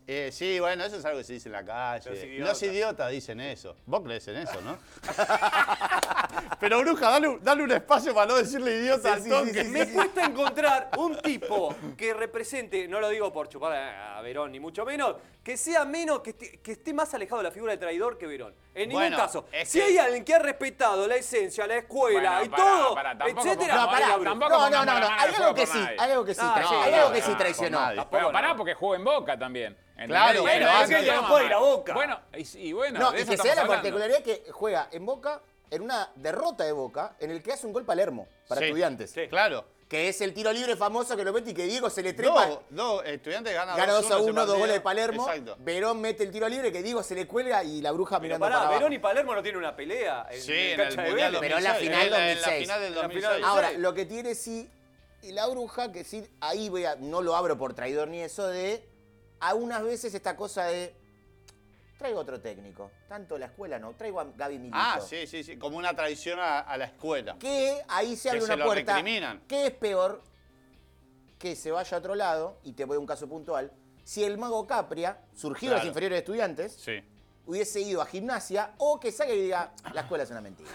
Speaker 3: eh, sí, bueno, eso es algo que se dice en la calle.
Speaker 4: Los
Speaker 3: Los idiotas,
Speaker 4: idiotas.
Speaker 3: dicen eso. Vos crees en eso, ¿no? Pero Bruja, dale, un- dale un espacio para no decirle idiota
Speaker 1: Sí, sí,
Speaker 3: al toque.
Speaker 1: sí, sí,
Speaker 4: Me cuesta encontrar un tipo que represente, no lo digo por chupar a a Verón, ni mucho menos, que sea menos, que esté, que esté más alejado de la figura de traidor que Verón. En ningún
Speaker 3: Bueno,
Speaker 4: caso.
Speaker 3: es
Speaker 4: Si
Speaker 3: que-
Speaker 4: hay alguien que ha respetado la esencia, la escuela
Speaker 2: Bueno,
Speaker 4: y
Speaker 2: pará,
Speaker 4: todo,
Speaker 2: pará, tampoco
Speaker 4: etcétera,
Speaker 2: pongamos-
Speaker 4: no, pará,
Speaker 2: Tampoco
Speaker 4: Bruno.
Speaker 1: no, no, no,
Speaker 2: pongamos
Speaker 1: no,
Speaker 2: la mano
Speaker 1: hay
Speaker 2: al
Speaker 1: algo
Speaker 2: fuego
Speaker 1: que
Speaker 2: por
Speaker 1: sí,
Speaker 2: nadie.
Speaker 1: hay algo que sí,
Speaker 4: No,
Speaker 1: tra-
Speaker 4: sí,
Speaker 1: hay
Speaker 4: no,
Speaker 1: algo
Speaker 4: no,
Speaker 1: que sí
Speaker 4: no,
Speaker 1: traicionó.
Speaker 3: por nadie.
Speaker 2: Pero
Speaker 4: Tampoco
Speaker 2: pará,
Speaker 4: no.
Speaker 2: porque jugó en Boca también. ¿entendés?
Speaker 3: Claro,
Speaker 2: Bueno,
Speaker 3: pero
Speaker 2: de
Speaker 3: hace
Speaker 2: eso
Speaker 3: que no
Speaker 2: estamos
Speaker 4: puede ir a
Speaker 2: hablando.
Speaker 4: Boca.
Speaker 2: Bueno, y, sí, bueno,
Speaker 1: No,
Speaker 2: de
Speaker 1: y
Speaker 2: eso
Speaker 1: que sea
Speaker 2: estamos
Speaker 1: la
Speaker 2: hablando.
Speaker 1: particularidad que juega en Boca en una derrota de Boca en el que hace un gol Palermo para
Speaker 3: Sí,
Speaker 1: estudiantes.
Speaker 4: sí.
Speaker 3: Claro.
Speaker 1: Que es el tiro libre famoso que lo mete y que Diego se le trepa.
Speaker 3: Dos, dos estudiantes ganan
Speaker 1: Gana 2 a 1, dos
Speaker 3: dos
Speaker 1: goles de Palermo.
Speaker 3: Exacto.
Speaker 1: Verón mete el tiro libre que Diego se le cuelga y la bruja
Speaker 4: Pero
Speaker 1: mirando
Speaker 4: pará,
Speaker 1: para abajo.
Speaker 4: Verón y Palermo no tienen una pelea en,
Speaker 3: Sí,
Speaker 4: en
Speaker 3: en el
Speaker 4: cancha de
Speaker 3: Mundial
Speaker 4: Vélez.
Speaker 1: Pero en la
Speaker 3: 2006,
Speaker 1: final
Speaker 3: en la
Speaker 1: 2006.
Speaker 3: final del
Speaker 4: En la final
Speaker 3: 2006.
Speaker 4: del-
Speaker 1: Ahora,
Speaker 4: Sí.
Speaker 1: lo que tiene sí, y la bruja, que sí, ahí voy a, no lo abro por traidor ni eso, de algunas veces esta cosa de traigo otro técnico. Tanto la escuela no, traigo a Gaby Milito.
Speaker 3: Ah, sí, sí, sí. Como una traición a, a la escuela.
Speaker 1: Que ahí se abre
Speaker 3: Que se
Speaker 1: una
Speaker 3: lo
Speaker 1: puerta.
Speaker 3: recriminan.
Speaker 1: ¿Qué es peor? Que se vaya a otro lado, y te voy a un caso puntual. Si el mago Capria, surgido de las
Speaker 3: Claro.
Speaker 1: inferiores de estudiantes,
Speaker 3: Sí.
Speaker 1: hubiese ido a gimnasia o que salga y diga, la escuela es una mentira.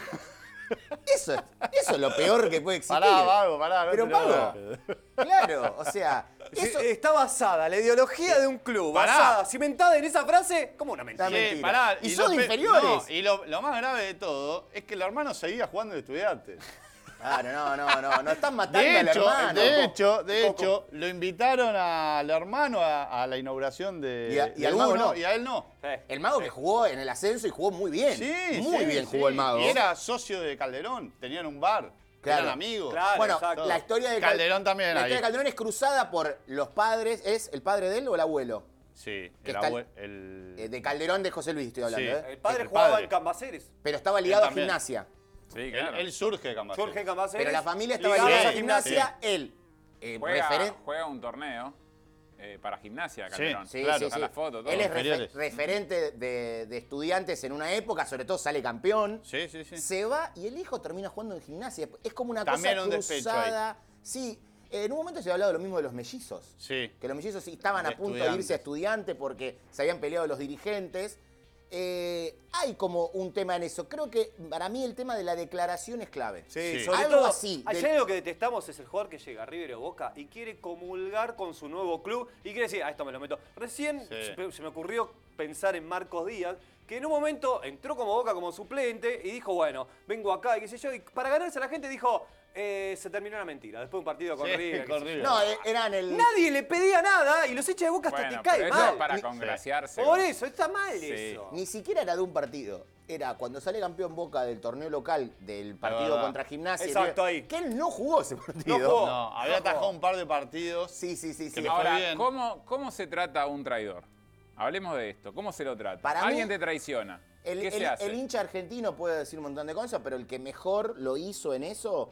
Speaker 1: Eso es, eso es lo peor que puede existir.
Speaker 3: Pará, vago, pará. no
Speaker 1: Pero
Speaker 3: te lo
Speaker 1: vago,
Speaker 3: hagas.
Speaker 1: claro, o sea, eso...
Speaker 4: Sí, Está basada, la ideología de un club,
Speaker 3: Pará.
Speaker 4: basada, cimentada en esa frase, como una mentira.
Speaker 1: Está
Speaker 3: Sí,
Speaker 1: mentira.
Speaker 3: pará,
Speaker 1: Y
Speaker 3: lo
Speaker 1: son
Speaker 3: pe-
Speaker 1: inferiores.
Speaker 3: no, y lo, lo más grave de todo es que el hermano seguía jugando de estudiante.
Speaker 1: Claro, no, no, no, no están matando
Speaker 3: De
Speaker 1: al
Speaker 3: hecho,
Speaker 1: hermano.
Speaker 3: de hecho, de
Speaker 1: Coco.
Speaker 3: hecho, lo invitaron al hermano a, a la inauguración de.
Speaker 1: Y a- y
Speaker 3: de
Speaker 1: al mago
Speaker 3: uno,
Speaker 1: no.
Speaker 3: Y a él no.
Speaker 4: Eh.
Speaker 1: El mago que jugó en el ascenso y jugó muy bien.
Speaker 3: Sí,
Speaker 1: muy
Speaker 3: sí,
Speaker 1: bien
Speaker 3: sí.
Speaker 1: jugó el mago.
Speaker 3: Y era socio de Calderón, tenían un bar,
Speaker 1: Claro.
Speaker 3: eran amigos.
Speaker 4: Claro,
Speaker 1: bueno,
Speaker 4: exacto.
Speaker 1: la historia de Cal-
Speaker 3: Calderón también
Speaker 1: La
Speaker 3: ahí.
Speaker 1: historia de Calderón es cruzada por los padres, ¿es el padre de él o el abuelo?
Speaker 3: Sí,
Speaker 1: Que
Speaker 3: el
Speaker 1: está-
Speaker 3: abue- el-
Speaker 1: Eh, de Calderón de José Luis estoy hablando,
Speaker 3: Sí.
Speaker 1: ¿eh?
Speaker 4: El padre
Speaker 3: El
Speaker 4: jugaba
Speaker 3: padre.
Speaker 4: en Cambaceres.
Speaker 1: Pero estaba ligado a
Speaker 3: también.
Speaker 1: gimnasia.
Speaker 2: Sí,
Speaker 3: él,
Speaker 2: claro.
Speaker 3: él surge de Cambaceres.
Speaker 4: Jorge en Cambaceres.
Speaker 1: Pero la familia estaba
Speaker 4: ligada
Speaker 1: ligada
Speaker 3: sí,
Speaker 1: a gimnasia, él. eh, referen-
Speaker 2: juega, juega un torneo eh, para gimnasia, Calderón.
Speaker 1: Sí,
Speaker 3: Claro,
Speaker 1: sí,
Speaker 2: está
Speaker 1: sí.
Speaker 2: la foto, todo.
Speaker 1: Él es
Speaker 3: Inferiores.
Speaker 1: refe- referente de, de estudiantes en una época, sobre todo sale campeón.
Speaker 3: Sí, sí, sí.
Speaker 1: Se va y el hijo termina jugando en gimnasia. Es como una
Speaker 3: También
Speaker 1: cosa
Speaker 3: un despecho ahí.
Speaker 1: cruzada. Sí, en un momento se ha hablado lo mismo de los mellizos.
Speaker 3: Sí.
Speaker 1: Que los mellizos sí estaban
Speaker 3: De
Speaker 1: a punto de irse a
Speaker 3: estudiantes.
Speaker 1: estudiante porque se habían peleado los dirigentes. Eh, hay como un tema en eso. Creo que para mí el tema de la declaración es clave.
Speaker 4: Sí,
Speaker 3: Sí.
Speaker 4: sobre
Speaker 1: Algo
Speaker 4: todo,
Speaker 1: así,
Speaker 4: Ayer
Speaker 1: del-
Speaker 4: lo que detestamos es el jugador que llega a River o Boca y quiere comulgar con su nuevo club y quiere decir, ah, esto me lo meto. Recién
Speaker 3: Sí.
Speaker 4: se, pe- se me ocurrió pensar en Marcos Díaz, que en un momento entró como Boca como suplente y dijo, bueno, vengo acá y qué sé yo. Y para ganarse a la gente dijo, eh, se terminó la mentira, después de un partido con
Speaker 3: Sí,
Speaker 4: River. qué
Speaker 3: con
Speaker 4: sé yo.
Speaker 3: River.
Speaker 1: No, eh, eran el.
Speaker 4: Nadie le pedía nada y los echa de Boca hasta
Speaker 2: Bueno,
Speaker 4: te cae
Speaker 2: pero eso
Speaker 4: mal.
Speaker 2: es para
Speaker 1: Ni-
Speaker 2: congraciarse.
Speaker 4: Por eso, está mal
Speaker 2: Sí.
Speaker 4: eso.
Speaker 1: Ni siquiera era de un partido. Era cuando sale campeón Boca del torneo local del partido
Speaker 3: verdad.
Speaker 1: contra Gimnasia.
Speaker 4: Exacto, ahí.
Speaker 1: Que él no jugó ese partido.
Speaker 4: jugó.
Speaker 3: No, había atajado un par de partidos.
Speaker 1: Sí, sí, sí, sí.
Speaker 3: Que le fue-
Speaker 2: Ahora,
Speaker 3: bien.
Speaker 2: ¿cómo, ¿cómo se trata a un traidor? Hablemos de esto. ¿Cómo se lo trata?
Speaker 1: Para mí,
Speaker 2: Alguien te traiciona.
Speaker 1: El,
Speaker 2: ¿Qué
Speaker 1: el-
Speaker 2: se hace?
Speaker 1: el hincha argentino puede decir un montón de cosas, pero el que mejor lo hizo en eso,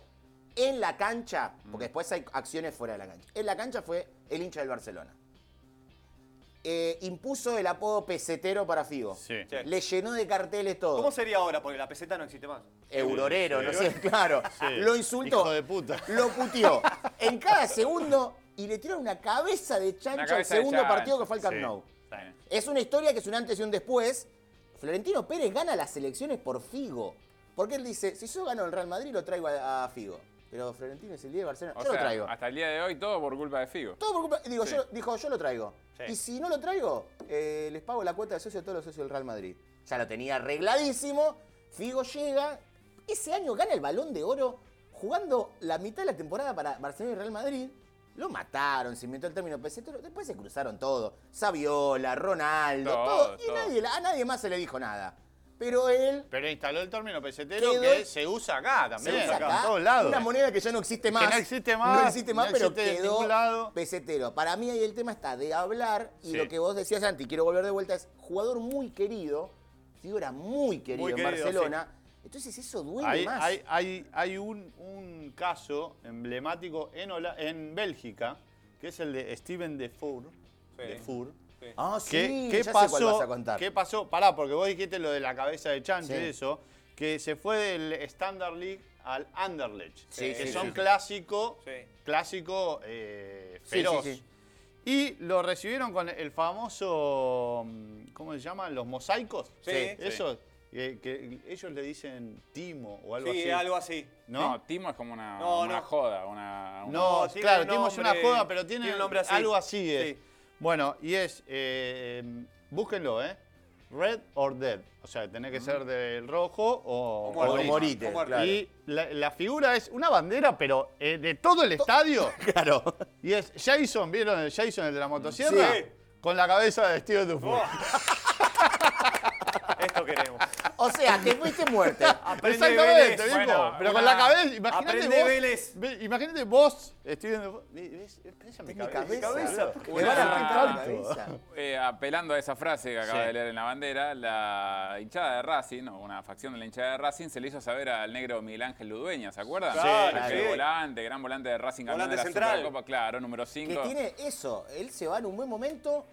Speaker 1: en la cancha,
Speaker 2: Mm.
Speaker 1: porque después hay acciones fuera de la cancha. En la cancha fue el hincha del Barcelona. Eh, impuso el apodo pesetero para Figo.
Speaker 3: Sí.
Speaker 4: Sí.
Speaker 1: Le llenó de carteles todo.
Speaker 4: ¿Cómo sería ahora? Porque la peseta no existe más.
Speaker 1: Eurorero,
Speaker 3: Sí.
Speaker 1: no sé, claro.
Speaker 3: Sí.
Speaker 1: Lo insultó.
Speaker 3: Hijo de puta.
Speaker 1: Lo puteó. En cada segundo y le tiraron una cabeza de chancho
Speaker 2: Una
Speaker 1: al
Speaker 2: cabeza de
Speaker 1: segundo
Speaker 2: chancho,
Speaker 1: partido que fue al Camp
Speaker 3: sí.
Speaker 1: Nou.
Speaker 2: Está bien.
Speaker 1: Es una historia que es un antes y un después. Florentino Pérez gana las elecciones por Figo. Porque él dice, si yo gano el Real Madrid, lo traigo a, a Figo. Pero Florentino es el día de Barcelona.
Speaker 2: O
Speaker 1: yo lo
Speaker 2: sea,
Speaker 1: traigo.
Speaker 2: Hasta el día de hoy todo por culpa de Figo.
Speaker 1: Todo por culpa- Digo,
Speaker 2: Sí.
Speaker 1: yo, dijo, yo lo traigo.
Speaker 4: Sí.
Speaker 1: Y si no lo traigo, eh, les pago la cuota de socio a todos los socios del Real Madrid. Ya lo tenía arregladísimo. Figo llega. Ese año gana el balón de oro jugando la mitad de la temporada para Barcelona y Real Madrid. Lo mataron, se inventó el término pesetero. Después se cruzaron todo. Saviola, Ronaldo,
Speaker 2: Todo,
Speaker 1: todo. Y
Speaker 2: todo.
Speaker 1: nadie- a nadie más se le dijo nada. Pero él
Speaker 3: Pero instaló el término pesetero
Speaker 1: Quedó-
Speaker 3: que se usa acá
Speaker 1: se
Speaker 3: también.
Speaker 1: usa acá,
Speaker 3: En todos lados.
Speaker 1: Una moneda que ya no existe más.
Speaker 3: no existe más,
Speaker 1: No existe más,
Speaker 3: no
Speaker 1: pero
Speaker 3: existe en
Speaker 1: quedó
Speaker 3: ningún lado.
Speaker 1: pesetero. Para mí ahí el tema está de hablar y
Speaker 3: Sí.
Speaker 1: lo que vos decías, Santi, quiero volver de vuelta, es jugador muy querido. Figura muy querido
Speaker 3: Muy
Speaker 1: en
Speaker 3: querido,
Speaker 1: Barcelona. Entonces eso duele
Speaker 3: Hay,
Speaker 1: más.
Speaker 3: hay- hay- hay un, un caso emblemático en, Hola- en Bélgica, que es el de Steven Defour.
Speaker 4: Sí.
Speaker 3: Defour.
Speaker 1: Ah,
Speaker 3: ¿Qué,
Speaker 1: sí,
Speaker 3: qué
Speaker 1: ya sé cuál vas a
Speaker 3: pasó?
Speaker 1: contar.
Speaker 3: ¿Qué pasó? Pará, porque vos dijiste lo de la cabeza de Chancho
Speaker 1: Sí.
Speaker 3: y eso, que se fue del Standard League al Anderlecht, eh,
Speaker 1: Sí,
Speaker 3: que
Speaker 1: sí,
Speaker 3: son
Speaker 1: sí.
Speaker 3: clásico,
Speaker 4: Sí.
Speaker 3: clásico eh,
Speaker 1: Sí, sí,
Speaker 3: feroz.
Speaker 1: sí.
Speaker 3: Y lo recibieron con el famoso, mm, ¿cómo se llaman? Los mosaicos.
Speaker 4: Sí.
Speaker 3: Eso. Y que, que ellos le dicen Timo o algo
Speaker 4: sí,
Speaker 3: así.
Speaker 4: algo así.
Speaker 2: No,
Speaker 3: ¿No?
Speaker 2: Timo es como una,
Speaker 4: No,
Speaker 2: una
Speaker 4: no.
Speaker 2: joda, una, una-
Speaker 3: No,
Speaker 4: No, tiene
Speaker 3: claro,
Speaker 4: un
Speaker 3: Timo es una
Speaker 4: nombre-
Speaker 3: joda, pero tiene,
Speaker 4: tiene un nombre así.
Speaker 3: algo así. es.
Speaker 4: Sí.
Speaker 3: Bueno, y es, eh, búsquenlo, ¿eh? Red or Dead. O sea, tenés que ser del rojo o,
Speaker 4: O muerto.
Speaker 1: O morite,
Speaker 4: O muerto.
Speaker 1: claro.
Speaker 3: Y la, la figura es una bandera, pero eh, de todo el estadio.
Speaker 1: Claro.
Speaker 3: Y es Jason, ¿vieron el Jason, el de la motosierra?
Speaker 4: Sí.
Speaker 3: Con la cabeza de Steve Dufour.
Speaker 4: Oh. Esto queremos.
Speaker 1: O sea, te fuiste muerte.
Speaker 3: Ah,
Speaker 4: Aprende
Speaker 3: Exactamente,
Speaker 4: Vélez.
Speaker 3: viejo.
Speaker 2: Bueno,
Speaker 3: pero con
Speaker 2: una-
Speaker 3: la cabeza, imagínate
Speaker 4: Aprende
Speaker 3: vos.
Speaker 4: Vélez.
Speaker 3: ve- imagínate vos, Steven Dufour. ¿Ves? Esa mi
Speaker 1: Es mi
Speaker 3: cabeza.
Speaker 1: cabeza.
Speaker 4: cabeza, ¿por qué?
Speaker 1: Me van a arrancar la
Speaker 3: Tanto.
Speaker 1: cabeza.
Speaker 2: Eh, apelando a esa frase que acaba
Speaker 3: Sí.
Speaker 2: de leer en la bandera, la hinchada de Racing, o una facción de la hinchada de Racing, se le hizo saber al negro Miguel Ángel Ludueña, ¿se acuerdan?
Speaker 4: Sí, Claro,
Speaker 2: Ese
Speaker 4: sí.
Speaker 2: volante, gran volante de Racing, campeón
Speaker 4: Volante
Speaker 2: de la
Speaker 4: central.
Speaker 2: Supercopa, claro, número
Speaker 1: Que
Speaker 2: 5.
Speaker 1: tiene eso. Él se va en un buen momento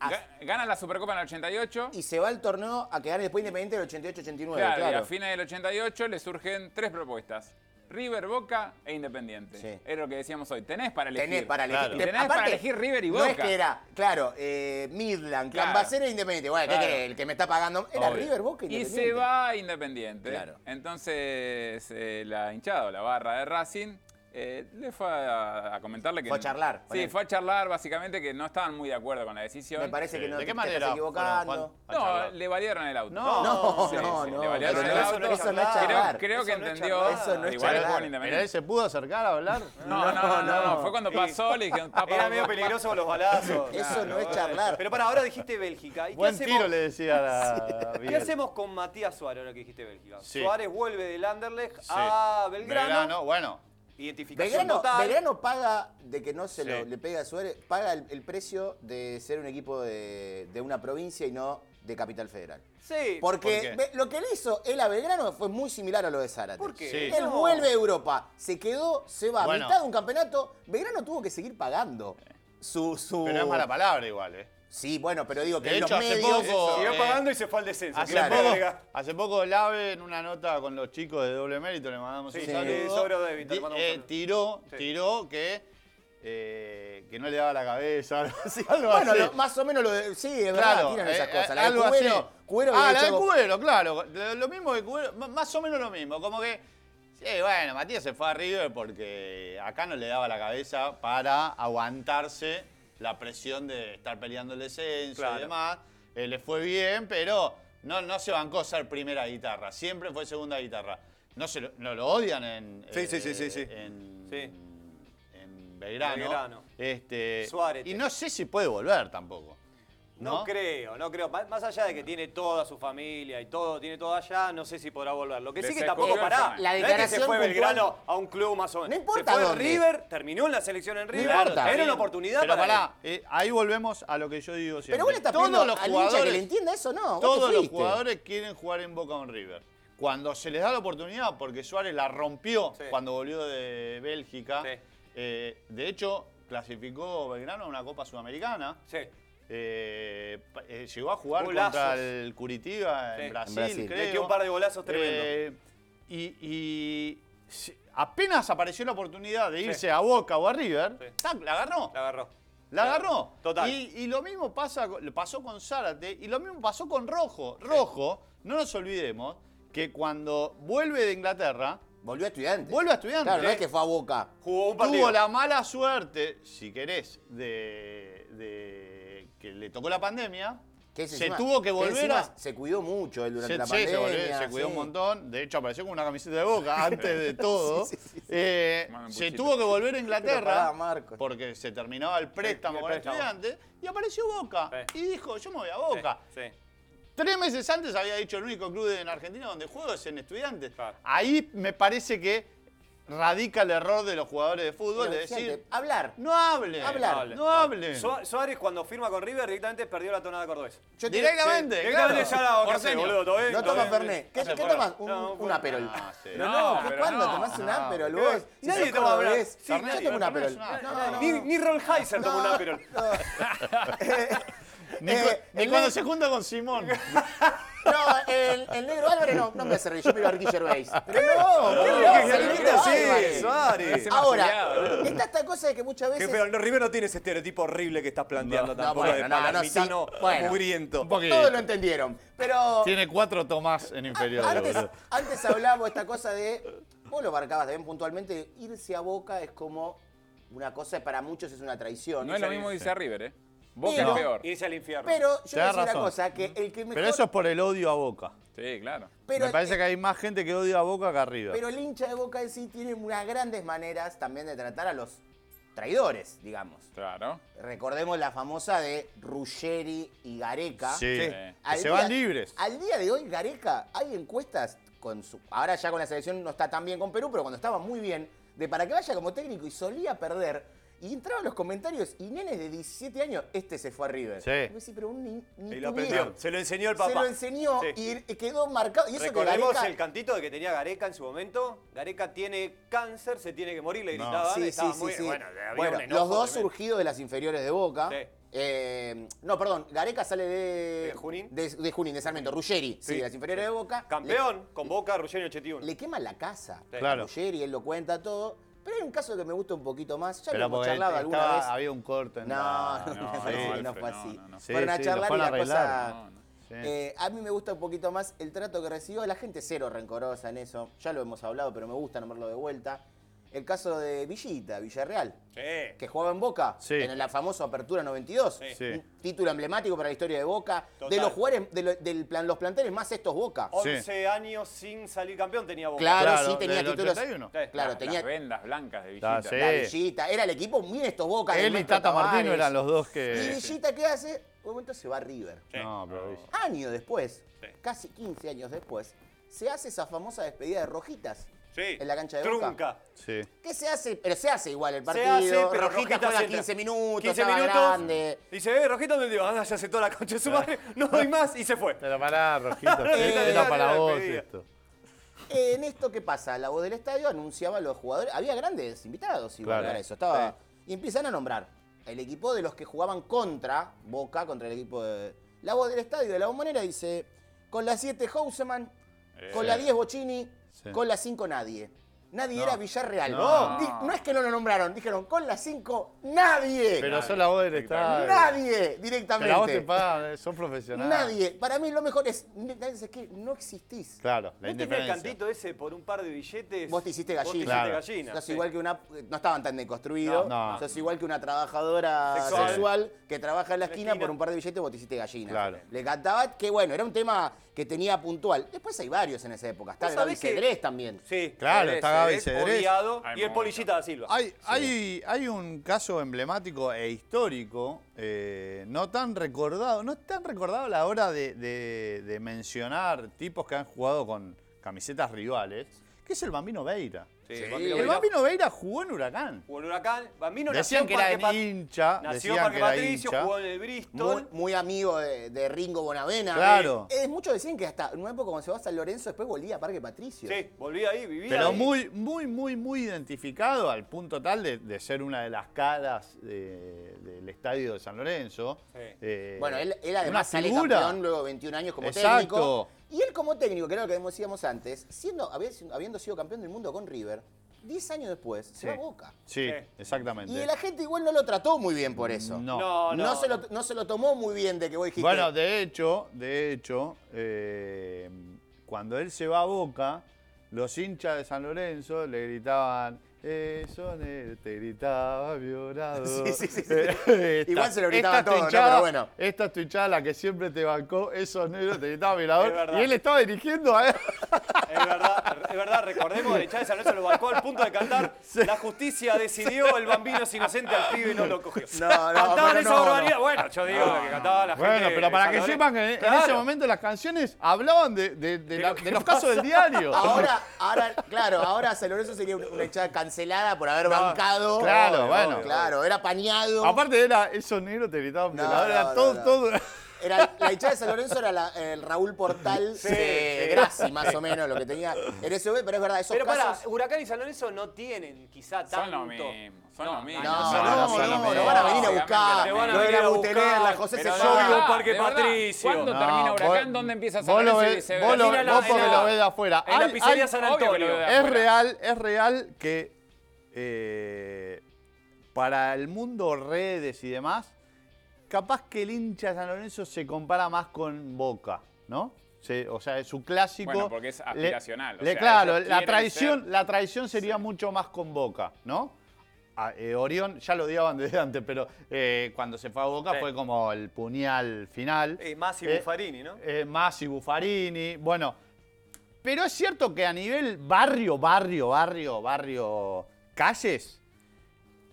Speaker 1: a-
Speaker 2: Gana la Supercopa en el 88.
Speaker 1: y se va al torneo a quedar después independiente del 88-89.
Speaker 2: Claro,
Speaker 1: Claro,
Speaker 2: y a fines del 88 le surgen tres propuestas. River, Boca e Independiente.
Speaker 1: Sí.
Speaker 2: Era lo que decíamos hoy. Tenés para elegir.
Speaker 1: Tenés para elegir.
Speaker 3: Claro.
Speaker 2: Y tenés para elegir River y
Speaker 1: No es
Speaker 2: Boca.
Speaker 1: que era, claro, eh, Midland,
Speaker 2: Claro.
Speaker 1: Cambacera e Independiente. Bueno, ¿qué
Speaker 2: Claro.
Speaker 1: querés? El que me está pagando. Era
Speaker 2: Obvio.
Speaker 1: River, Boca e
Speaker 2: Y
Speaker 1: Independiente.
Speaker 2: se va a Independiente.
Speaker 1: Claro.
Speaker 2: Entonces, eh, la hinchada o la barra de Racing eh, le fue a, a comentarle que.
Speaker 1: Fue a charlar con
Speaker 2: Sí,
Speaker 1: él.
Speaker 2: fue a charlar básicamente que no estaban muy de acuerdo con la decisión.
Speaker 1: Me parece que no
Speaker 3: ¿De
Speaker 1: te
Speaker 3: qué manera?
Speaker 1: estás equivocando.
Speaker 3: fueron, Juan, a
Speaker 2: No,
Speaker 3: charlar?
Speaker 2: le valieron el auto.
Speaker 3: No,
Speaker 1: No,
Speaker 2: Sí,
Speaker 1: no,
Speaker 2: sí,
Speaker 1: no.
Speaker 2: le
Speaker 1: Eso
Speaker 2: valieron
Speaker 1: no
Speaker 2: el
Speaker 1: es-
Speaker 2: auto.
Speaker 1: eso no es
Speaker 2: Creo-
Speaker 1: charlar.
Speaker 2: Creo,
Speaker 4: Eso
Speaker 2: que
Speaker 4: no es
Speaker 2: entendió.
Speaker 4: charlar.
Speaker 1: Eso no es
Speaker 2: igual
Speaker 1: charlar.
Speaker 2: con
Speaker 3: Pero él
Speaker 2: Independiente.
Speaker 3: se pudo acercar a hablar.
Speaker 2: No, no, no, no, Fue cuando pasó, le dijeron, "Tapa
Speaker 4: Era
Speaker 2: vos,
Speaker 4: medio
Speaker 2: vos".
Speaker 4: peligroso con los balazos.
Speaker 1: Eso no es charlar.
Speaker 4: Pero para ahora dijiste Bélgica. ¿Y qué
Speaker 3: Buen
Speaker 4: hacemos?
Speaker 3: tiro le decía a la
Speaker 4: ¿Qué
Speaker 3: Biel.
Speaker 4: hacemos con Matías Suárez ahora que dijiste Bélgica?
Speaker 3: Sí.
Speaker 4: Suárez vuelve del Anderlecht
Speaker 3: Sí.
Speaker 4: a Ah, Belgrano.
Speaker 3: bueno.
Speaker 4: Identificación
Speaker 1: Belgrano,
Speaker 4: total.
Speaker 1: Belgrano paga, de que no se
Speaker 3: Sí.
Speaker 1: lo, le pega a Suárez, paga el, el precio de ser un equipo de, de una provincia y no de Capital Federal.
Speaker 4: Sí.
Speaker 1: Porque
Speaker 3: qué?
Speaker 1: ve- lo que le hizo él a Belgrano fue muy similar a lo de Zárate.
Speaker 4: ¿Por qué?
Speaker 3: Sí.
Speaker 1: Él
Speaker 4: No.
Speaker 1: vuelve a Europa, se quedó, se va.
Speaker 3: Bueno.
Speaker 1: A mitad de un campeonato, Belgrano tuvo que seguir pagando su... su-
Speaker 3: Pero es mala palabra igual, ¿eh?
Speaker 1: Sí, bueno, pero digo que
Speaker 3: De
Speaker 1: en
Speaker 3: hecho,
Speaker 1: los
Speaker 3: hace
Speaker 1: medios...
Speaker 3: poco-
Speaker 4: Siguió
Speaker 3: Eh,
Speaker 4: pagando y se fue al descenso.
Speaker 3: Hace,
Speaker 4: Claro.
Speaker 3: poco, hace poco el AVE, en una nota con los chicos de doble mérito, le mandamos
Speaker 4: Sí,
Speaker 3: un
Speaker 4: sí,
Speaker 3: saludo.
Speaker 4: sobre David, te
Speaker 3: di-
Speaker 4: mandamos un
Speaker 3: eh,
Speaker 4: saludo.
Speaker 3: tiró,
Speaker 4: Sí.
Speaker 3: tiró que, eh, que no le daba la cabeza. Algo así, algo
Speaker 1: Bueno,
Speaker 3: así.
Speaker 1: lo- más o menos lo de... Sí, es verdad,
Speaker 3: Claro,
Speaker 1: tiran
Speaker 3: eh,
Speaker 1: esas
Speaker 3: eh,
Speaker 1: cosas. La de
Speaker 3: algo
Speaker 1: Cubero,
Speaker 3: así.
Speaker 1: Cubero
Speaker 3: ah,
Speaker 1: había
Speaker 3: la de
Speaker 1: hecho-
Speaker 3: Cubero, claro. Lo, lo mismo que Cubero, m- más o menos lo mismo. Como que, sí, bueno, Matías se fue a River porque acá no le daba la cabeza para aguantarse la presión de estar peleando el descenso
Speaker 4: Claro.
Speaker 3: y demás. Eh, le fue bien, pero no, no se bancó ser primera guitarra. Siempre fue segunda guitarra. No, se lo, no lo odian en. eh,
Speaker 4: Sí, sí, sí, sí, sí.
Speaker 3: En,
Speaker 4: Sí.
Speaker 3: en Belgrano.
Speaker 4: Belgrano.
Speaker 3: Este,
Speaker 4: Suárez.
Speaker 3: Y no sé si puede volver tampoco.
Speaker 4: No, creo, no creo. Más más allá de que tiene toda su familia y todo, tiene todo allá, no sé si podrá volver. Lo que
Speaker 2: Les
Speaker 4: sí que
Speaker 2: escogió
Speaker 4: tampoco
Speaker 2: el
Speaker 4: pará.
Speaker 2: Fernández.
Speaker 1: La
Speaker 4: No es que se
Speaker 1: declaración
Speaker 4: fue
Speaker 1: puntual-
Speaker 4: Belgrano a un club más o menos.
Speaker 1: No importa
Speaker 4: Se fue
Speaker 1: dónde.
Speaker 4: River, terminó en la selección en River.
Speaker 1: importa.
Speaker 4: Era una oportunidad
Speaker 3: Pero
Speaker 4: para él.
Speaker 3: pará, eh, ahí volvemos a lo que yo digo siempre.
Speaker 1: Pero vos le estás
Speaker 3: todos
Speaker 1: pidiendo
Speaker 3: los
Speaker 1: al hincha que
Speaker 3: jugadores,
Speaker 1: le entienda eso, no. vos te
Speaker 3: todos los
Speaker 1: fuiste.
Speaker 3: jugadores quieren jugar en Boca o en River. Cuando se les da la oportunidad, porque Suárez la rompió
Speaker 4: Sí.
Speaker 3: cuando volvió de Bélgica.
Speaker 4: Sí.
Speaker 3: eh, de hecho, clasificó Belgrano a una Copa Sudamericana.
Speaker 4: Sí.
Speaker 3: Eh, pa- eh, llegó a jugar
Speaker 4: Golazos.
Speaker 3: contra el Curitiba
Speaker 4: Sí.
Speaker 3: en, Brasil,
Speaker 1: En Brasil.
Speaker 3: creo.
Speaker 4: Metió un par de golazos tremendos.
Speaker 3: Eh, y y se- apenas apareció la oportunidad de irse
Speaker 4: Sí.
Speaker 3: a Boca o a River,
Speaker 4: Sí.
Speaker 3: ¡tac! la agarró.
Speaker 4: La agarró.
Speaker 3: La agarró.
Speaker 4: Total.
Speaker 3: Y, y lo mismo pasa, con- pasó con Zárate y lo mismo pasó con Rojo. Rojo, no nos olvidemos que cuando vuelve de Inglaterra,
Speaker 1: Volvió a estudiante.
Speaker 3: vuelve a eh. estudiantes.
Speaker 1: Claro, no es que fue a Boca.
Speaker 4: Jugó un partido.
Speaker 3: Tuvo la mala suerte, si querés, de, de que le tocó la pandemia.
Speaker 1: Que es
Speaker 3: se
Speaker 1: encima-
Speaker 3: tuvo que
Speaker 1: encima
Speaker 3: volver a.
Speaker 1: Se cuidó mucho él durante
Speaker 3: se,
Speaker 1: la
Speaker 3: sí, se
Speaker 1: pandemia.
Speaker 3: volvió- se cuidó
Speaker 1: sí.
Speaker 3: un montón. De hecho, apareció con una camiseta de boca antes de todo. Eh,
Speaker 2: Tomando un
Speaker 3: se
Speaker 2: puchito.
Speaker 3: tuvo que volver
Speaker 1: Pero
Speaker 3: a
Speaker 1: pará,
Speaker 3: Inglaterra
Speaker 1: Marcos. Eh,
Speaker 3: porque se terminaba el préstamo
Speaker 4: el
Speaker 3: para
Speaker 4: préstamo.
Speaker 3: estudiantes y apareció Boca.
Speaker 4: Sí.
Speaker 3: Y dijo, yo me voy a
Speaker 4: Sí,
Speaker 3: Boca.
Speaker 4: Sí.
Speaker 3: Tres meses antes había dicho el único club en Argentina donde juego es en Estudiantes.
Speaker 4: Claro.
Speaker 3: Ahí me parece que radica el error de los jugadores de fútbol
Speaker 1: Pero,
Speaker 3: de
Speaker 1: fíjate,
Speaker 3: decir,
Speaker 1: hablar.
Speaker 3: no hablen,
Speaker 1: Hablar.
Speaker 3: no hablen.
Speaker 4: Sua- Suárez cuando firma con River directamente perdió la tonada cordobesa.
Speaker 1: Yo te-
Speaker 3: Directamente,
Speaker 4: Directamente
Speaker 3: claro.
Speaker 4: ya la
Speaker 3: Porteño.
Speaker 4: casé, boludo. ¿todo bien?
Speaker 1: No
Speaker 4: ¿Todo
Speaker 1: toma
Speaker 4: bien?
Speaker 1: Fernet. ¿Qué,
Speaker 4: No se
Speaker 1: qué
Speaker 4: fueron.
Speaker 1: tomas? Un,
Speaker 4: No,
Speaker 1: un Aperol.
Speaker 3: Ah, sí.
Speaker 1: No, Eh,
Speaker 2: No,
Speaker 1: no, ¿qué
Speaker 2: pero
Speaker 1: ¿cuándo
Speaker 2: no.
Speaker 1: tomás un
Speaker 3: Ah,
Speaker 1: Aperol
Speaker 4: ¿qué?
Speaker 1: vos?
Speaker 4: Sí,
Speaker 1: Nadie
Speaker 4: sí,
Speaker 1: toma
Speaker 4: toma,
Speaker 1: Aperol.
Speaker 4: sí,
Speaker 1: Yo
Speaker 3: Fernet,
Speaker 1: tomo un
Speaker 3: Fernet
Speaker 1: Aperol.
Speaker 3: es una-
Speaker 1: No, no,
Speaker 4: Ni,
Speaker 1: no.
Speaker 4: ni Rolheiser tomó un Aperol.
Speaker 1: Eh,
Speaker 3: Ni, cu-
Speaker 1: eh,
Speaker 3: ni cuando se junta con Simón.
Speaker 1: No, el, el negro Álvarez no, no me hace reír, yo miro a Ricky Gervais. Pero no, ¿qué le vas a
Speaker 4: ¿Qué
Speaker 1: elegir
Speaker 4: te
Speaker 1: a
Speaker 4: haces,
Speaker 1: Álvarez?
Speaker 4: Suárez?
Speaker 2: Encima
Speaker 1: Ahora,
Speaker 2: juliado,
Speaker 1: está esta cosa de que muchas
Speaker 4: Qué
Speaker 1: veces...
Speaker 4: feo, no, River no tiene ese estereotipo horrible que estás planteando
Speaker 1: No, no,
Speaker 4: tampoco
Speaker 1: bueno,
Speaker 4: de
Speaker 1: no, no,
Speaker 4: palermitano
Speaker 1: sí, bueno.
Speaker 4: mugriento.
Speaker 3: poquito.
Speaker 1: Todos lo entendieron, pero...
Speaker 3: Tiene cuatro tomás en inferior.
Speaker 1: Antes, antes hablamos esta cosa de, vos lo marcabas también puntualmente, irse a Boca es como una cosa, para muchos es una traición.
Speaker 2: No es lo mismo que dice River, ¿eh? Boca
Speaker 1: Pero-
Speaker 2: es peor.
Speaker 4: Irse al infierno.
Speaker 1: Pero yo voy a
Speaker 3: Tenés
Speaker 1: decir una
Speaker 3: razón.
Speaker 1: cosa, que el que mejor...
Speaker 3: Pero eso es por el odio a Boca.
Speaker 2: Sí, claro.
Speaker 1: pero eh,
Speaker 3: Me parece que hay más gente que odia a Boca que arriba.
Speaker 1: Pero el hincha de Boca en sí tiene unas grandes maneras también de tratar a los traidores, digamos.
Speaker 2: Claro.
Speaker 1: Recordemos la famosa de Ruggeri y Gareca.
Speaker 3: Sí. Eh,
Speaker 2: Sí.
Speaker 3: Que
Speaker 1: Al
Speaker 3: Se
Speaker 1: día-
Speaker 3: van libres.
Speaker 1: Al día de hoy, Gareca, hay encuestas con su. Ahora ya con la selección no está tan bien con Perú, pero cuando estaba muy bien, de para que vaya como técnico y solía perder. Y entraban los comentarios y nenes de 17 años, este se fue a River.
Speaker 3: Sí.
Speaker 1: Y vos decís, pero un ni, ni
Speaker 4: Y lo
Speaker 1: tu
Speaker 4: aprendió.
Speaker 1: viejo.
Speaker 4: Se lo enseñó el papá.
Speaker 1: Se lo enseñó
Speaker 4: Sí.
Speaker 1: y quedó marcado. Y eso que
Speaker 4: Recordemos
Speaker 1: Gareca-
Speaker 4: el cantito de que tenía Gareca en su momento. Gareca tiene cáncer, se tiene que morir, le
Speaker 3: No.
Speaker 4: gritaba.
Speaker 1: Sí, sí,
Speaker 4: Estaba
Speaker 1: sí,
Speaker 4: muy-
Speaker 1: sí.
Speaker 4: Bueno, había
Speaker 1: Bueno,
Speaker 4: un enojo
Speaker 1: los dos
Speaker 4: tremendo.
Speaker 1: surgidos de las inferiores de Boca.
Speaker 4: Sí.
Speaker 1: Eh, no, perdón, Gareca sale de.
Speaker 4: ¿De Junín?
Speaker 1: De, de Junín, de Sarmiento. Ruggeri, sí,
Speaker 4: Sí.
Speaker 1: de las inferiores de Boca.
Speaker 4: Campeón con Boca, Ruggeri 81.
Speaker 1: Le, le queman la casa.
Speaker 4: Sí.
Speaker 3: Claro.
Speaker 1: Ruggeri, él lo cuenta todo. Pero hay un caso que me gusta un poquito más. Ya
Speaker 3: Pero
Speaker 1: lo hemos
Speaker 3: porque
Speaker 1: charlado
Speaker 3: él
Speaker 1: alguna
Speaker 3: estaba-
Speaker 1: vez.
Speaker 3: había un corte. en
Speaker 1: No,
Speaker 3: la-
Speaker 1: no,
Speaker 2: no,
Speaker 1: me parece que no
Speaker 2: Alfred,
Speaker 1: fue
Speaker 2: no,
Speaker 1: así.
Speaker 2: no, no.
Speaker 3: Sí,
Speaker 1: Fueron a
Speaker 3: sí, lo
Speaker 1: charlar y
Speaker 3: fueron
Speaker 1: la
Speaker 3: a
Speaker 1: cosa.
Speaker 3: arreglar.
Speaker 2: No, no.
Speaker 3: Sí.
Speaker 1: Eh, a mí me gusta un poquito más el trato que recibió. La gente cero rencorosa en eso. Ya lo hemos hablado, pero me gusta nombrarlo de vuelta. El caso de Villita, Villarreal,
Speaker 4: Sí.
Speaker 1: que jugaba en Boca
Speaker 3: Sí.
Speaker 1: en la famosa Apertura 92.
Speaker 3: Sí.
Speaker 1: Un título emblemático para la historia de Boca. De
Speaker 4: Total.
Speaker 1: los jugadores, de lo- del plan, los planteles más estos Boca.
Speaker 3: Oh,
Speaker 4: 11 años sin salir campeón tenía Boca.
Speaker 1: Claro,
Speaker 3: Claro,
Speaker 1: sí tenía
Speaker 3: del
Speaker 1: títulos.
Speaker 3: 81.
Speaker 4: Sí.
Speaker 1: Claro,
Speaker 2: Las-
Speaker 1: tenía
Speaker 2: Las vendas blancas de
Speaker 3: Ah,
Speaker 2: Villita.
Speaker 3: sí.
Speaker 1: la Villita. Era el equipo, miren estos Boca. de
Speaker 3: Él y
Speaker 1: Ernesto
Speaker 3: Tata Martino
Speaker 1: Tavares.
Speaker 3: eran los dos
Speaker 1: Y
Speaker 3: que.
Speaker 1: Villita, ¿qué hace? Un momento se va a River.
Speaker 4: Sí.
Speaker 3: No, pero Villa.
Speaker 1: Años después,
Speaker 4: Sí.
Speaker 1: casi 15 años después, se hace esa famosa despedida de Rojitas
Speaker 4: Sí.
Speaker 1: en la cancha de
Speaker 4: Trunca.
Speaker 1: Boca.
Speaker 3: Sí.
Speaker 1: ¿Qué se hace? Pero se hace igual el partido.
Speaker 4: Se hace, pero
Speaker 1: Rojitas
Speaker 4: Rojita
Speaker 1: juega
Speaker 4: se entra.
Speaker 1: 15 minutos,
Speaker 4: 15
Speaker 1: estaba
Speaker 4: minutos.
Speaker 1: grande.
Speaker 4: Dice, eh, Rojito me dio. Ah, ya aceptó la concha de su madre. No doy más y se fue.
Speaker 3: Pero pará, Rojito.
Speaker 4: Eh,
Speaker 3: Era para
Speaker 4: eh,
Speaker 3: vos
Speaker 4: despedida.
Speaker 3: esto.
Speaker 1: En esto, ¿qué pasa? La voz del estadio anunciaba a los jugadores. Había grandes invitados igual
Speaker 3: Claro.
Speaker 1: para eso. Estaba, Y empiezan a nombrar el equipo de los que jugaban contra Boca, contra el equipo de. La voz del estadio de la bombonera dice: con la 7 Houseman, con
Speaker 2: Eh.
Speaker 1: la 10 Bocini,
Speaker 3: Sí.
Speaker 1: con la 5 nadie. Nadie era Villarreal.
Speaker 3: No.
Speaker 1: Di- no es que no lo nombraron, dijeron: con la 5 nadie.
Speaker 3: Pero sos la voz del Estado.
Speaker 1: nadie
Speaker 3: Pero la voz te
Speaker 1: directamente.
Speaker 3: paga, eh, son profesionales.
Speaker 1: Nadie. Para mí lo mejor es, es que no existís.
Speaker 3: Claro, la
Speaker 4: ¿No tenía el
Speaker 3: independencia.
Speaker 4: cantito ese por un par de billetes?
Speaker 1: Vos te hiciste gallina.
Speaker 4: Vos te hiciste
Speaker 3: Claro.
Speaker 4: gallina.
Speaker 1: Sos
Speaker 4: Sí.
Speaker 1: igual que una. No estaban tan deconstruidos.
Speaker 3: No, no.
Speaker 1: Sos igual que una trabajadora
Speaker 4: Sexual.
Speaker 1: sexual, que trabaja en la esquina,
Speaker 4: esquina.
Speaker 1: por un par de billetes vos te hiciste gallina.
Speaker 3: Claro.
Speaker 1: Le cantaba que bueno, era un tema que tenía puntual. Después hay varios en esa época. Está
Speaker 4: ¿Vos
Speaker 1: Gaby
Speaker 4: sabés que-
Speaker 1: Cedrés también.
Speaker 4: Sí.
Speaker 3: Claro,
Speaker 4: Cedrés,
Speaker 3: está Gaby
Speaker 4: Cedrés,
Speaker 3: Cedrés.
Speaker 4: odiado,
Speaker 2: Ay,
Speaker 4: y el
Speaker 2: me
Speaker 4: Polillita da Silva.
Speaker 3: Hay, hay, hay un caso emblemático e histórico, eh, no tan recordado, no tan recordado a la hora de, de- de mencionar tipos que han jugado con camisetas rivales, que es el Bambino Veira.
Speaker 4: Sí,
Speaker 1: Sí.
Speaker 4: Bambino
Speaker 3: El
Speaker 4: Veira.
Speaker 3: Bambino Veira jugó en Huracán.
Speaker 4: Jugó en Huracán. Bambino
Speaker 3: Decían
Speaker 4: nació
Speaker 3: que
Speaker 4: en
Speaker 3: era
Speaker 4: Parque Pat-
Speaker 3: en hincha,
Speaker 4: Nació en
Speaker 3: decían que
Speaker 4: Parque
Speaker 3: era
Speaker 4: Patricio,
Speaker 3: hincha.
Speaker 4: jugó en el
Speaker 1: Muy,
Speaker 4: Bristol.
Speaker 1: muy amigo de, de Ringo Bonavena.
Speaker 3: Claro.
Speaker 1: Eh, eh, muchos decían que hasta en una época cuando se va a San Lorenzo, después volvía a Parque Patricio.
Speaker 4: Sí, volví ahí, vivía
Speaker 3: Pero
Speaker 4: ahí.
Speaker 3: muy, muy, muy, muy identificado al punto tal de, de ser una de las caras de- del estadio de San Lorenzo.
Speaker 4: Sí.
Speaker 3: Eh,
Speaker 1: Bueno, él, él
Speaker 3: una
Speaker 1: además sale
Speaker 3: figura.
Speaker 1: campeón luego de 21 años como
Speaker 3: Exacto.
Speaker 1: técnico. Y él como técnico, que era lo que decíamos antes, siendo, habi- habiendo sido campeón del mundo con River, 10 años después se
Speaker 3: Sí.
Speaker 1: va a Boca.
Speaker 3: Sí,
Speaker 4: Sí.
Speaker 3: exactamente.
Speaker 1: Y la gente igual no lo trató muy bien por eso.
Speaker 3: No.
Speaker 4: No, no.
Speaker 1: se, lo, no se lo tomó muy bien de que vos dijiste.
Speaker 3: Bueno, de hecho, de hecho, eh, cuando él se va a Boca, los hinchas de San Lorenzo le gritaban, eh, Soner, te gritaba violado.
Speaker 1: Sí, sí, sí, sí.
Speaker 3: Eh,
Speaker 1: Igual
Speaker 3: esta-
Speaker 1: se lo gritaban
Speaker 3: esta es tu
Speaker 1: todos, ¿no?
Speaker 3: hinchada-
Speaker 1: Pero bueno.
Speaker 3: Esta es tu hinchada la que siempre te bancó, esos negros te gritaban
Speaker 4: Es
Speaker 3: violador.
Speaker 4: verdad.
Speaker 3: Y él estaba dirigiendo a él.
Speaker 4: Es verdad, es verdad, recordemos que el hinchada de San Lorenzo lo bancó al punto de cantar. La justicia decidió, el bambino es inocente al pibe y no lo cogió.
Speaker 1: No, no,
Speaker 4: Cantaban
Speaker 1: pero
Speaker 4: esa
Speaker 1: no,
Speaker 4: barbaridad. Bueno, yo digo que cantaba la gente.
Speaker 3: Bueno, pero
Speaker 4: de
Speaker 3: para
Speaker 4: San
Speaker 3: que
Speaker 4: Lorenzo.
Speaker 3: sepan que en
Speaker 4: Claro.
Speaker 3: ese momento las canciones hablaban de, de- de la-
Speaker 4: que
Speaker 3: de los casos del diario.
Speaker 1: Ahora, ahora, claro, ahora San Lorenzo sería una una hinchada cancelada por haber bancado.
Speaker 3: claro,
Speaker 1: No,
Speaker 3: bueno.
Speaker 1: Claro, era pañado.
Speaker 3: Aparte era, esos negros te gritaban
Speaker 1: No,
Speaker 3: violador,
Speaker 1: no,
Speaker 3: era
Speaker 1: no,
Speaker 3: todo,
Speaker 1: no.
Speaker 3: todo.
Speaker 1: era, la hinchada de San Lorenzo era la- el Raúl Portal de Grassi, más o menos, lo que tenía en ese momento, pero es verdad, esos
Speaker 4: Pero para,
Speaker 1: casos...
Speaker 4: Huracán y San Lorenzo no tienen quizá tanto.
Speaker 2: Son lo mismo, son lo mismo.
Speaker 1: No,
Speaker 3: no, no,
Speaker 1: no,
Speaker 3: son lo
Speaker 1: no,
Speaker 3: mismo.
Speaker 1: lo van a venir a
Speaker 2: Obviamente
Speaker 1: buscar.
Speaker 2: lo
Speaker 1: Lo
Speaker 2: van a
Speaker 1: van
Speaker 4: venir
Speaker 1: a
Speaker 4: a
Speaker 1: butener, la
Speaker 4: buscar.
Speaker 1: José
Speaker 2: Pero
Speaker 1: se
Speaker 2: de
Speaker 4: yo
Speaker 1: va.
Speaker 4: vivo
Speaker 2: verdad,
Speaker 4: en Parque
Speaker 2: de verdad.
Speaker 4: Patricio.
Speaker 2: ¿Cuándo
Speaker 4: No,
Speaker 2: termina
Speaker 3: vos-
Speaker 2: Huracán? ¿Dónde empieza San
Speaker 3: Vos, lo
Speaker 2: Lorenzo y
Speaker 3: ves,
Speaker 2: viceversa?
Speaker 3: vos, lo-
Speaker 4: En la-
Speaker 3: vos
Speaker 4: en
Speaker 3: porque
Speaker 4: la-
Speaker 3: lo ves de afuera.
Speaker 4: en la
Speaker 3: Hay-
Speaker 4: pizzería
Speaker 3: hay-
Speaker 4: San
Speaker 2: obvio que lo
Speaker 4: Antonio.
Speaker 2: veo de
Speaker 4: Es
Speaker 3: Es
Speaker 2: afuera.
Speaker 3: real, es real que eh, para el mundo redes y demás, capaz que el hincha de San Lorenzo se compara más con Boca, ¿no? Se- o sea, es su clásico.
Speaker 2: Bueno, porque es aspiracional, o
Speaker 3: le-
Speaker 2: sea,
Speaker 3: claro,
Speaker 2: ellos
Speaker 3: la
Speaker 2: quieren
Speaker 3: traición,
Speaker 2: ser-
Speaker 3: la traición sería mucho más con Boca, ¿no? A- eh, Orión ya lo odiaban desde antes, pero eh, cuando se fue a Boca
Speaker 4: Sí.
Speaker 3: fue como el puñal final.
Speaker 4: Eh, Masi
Speaker 3: Eh,
Speaker 4: Buffarini, ¿no?
Speaker 3: eh, Masi Buffarini. Bueno, pero es cierto que a nivel barrio, barrio, barrio, barrio, calles,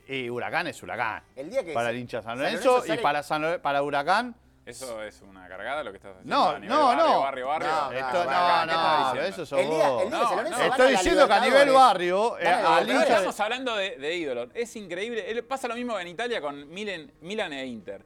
Speaker 3: y Huracán es Huracán.
Speaker 1: El día que
Speaker 3: para
Speaker 1: se-
Speaker 3: el hincha San
Speaker 1: San
Speaker 3: Lorenzo,
Speaker 1: Lorenzo sale-
Speaker 3: y para, San Lore- para Huracán.
Speaker 2: ¿Eso es una cargada lo que estás haciendo?
Speaker 3: No,
Speaker 2: a nivel
Speaker 3: no,
Speaker 2: barrio,
Speaker 3: no.
Speaker 2: Barrio, barrio,
Speaker 1: No,
Speaker 2: barrio.
Speaker 1: no,
Speaker 3: Esto-
Speaker 2: Huracán, ¿qué estás
Speaker 3: no, no,
Speaker 2: diciendo?
Speaker 3: eso sos
Speaker 1: El día,
Speaker 3: vos.
Speaker 1: el día que San
Speaker 2: No,
Speaker 1: Lorenzo
Speaker 2: no.
Speaker 1: va a
Speaker 3: Estoy
Speaker 1: la
Speaker 3: diciendo que a
Speaker 1: Libertadores.
Speaker 3: nivel barrio, eh,
Speaker 1: Gana la
Speaker 2: Pero
Speaker 3: al
Speaker 1: Libertadores.
Speaker 3: hincha de-
Speaker 2: estamos hablando de, de ídolos. Es increíble. Él- Pasa lo mismo en Italia con Milan, Milan e Inter.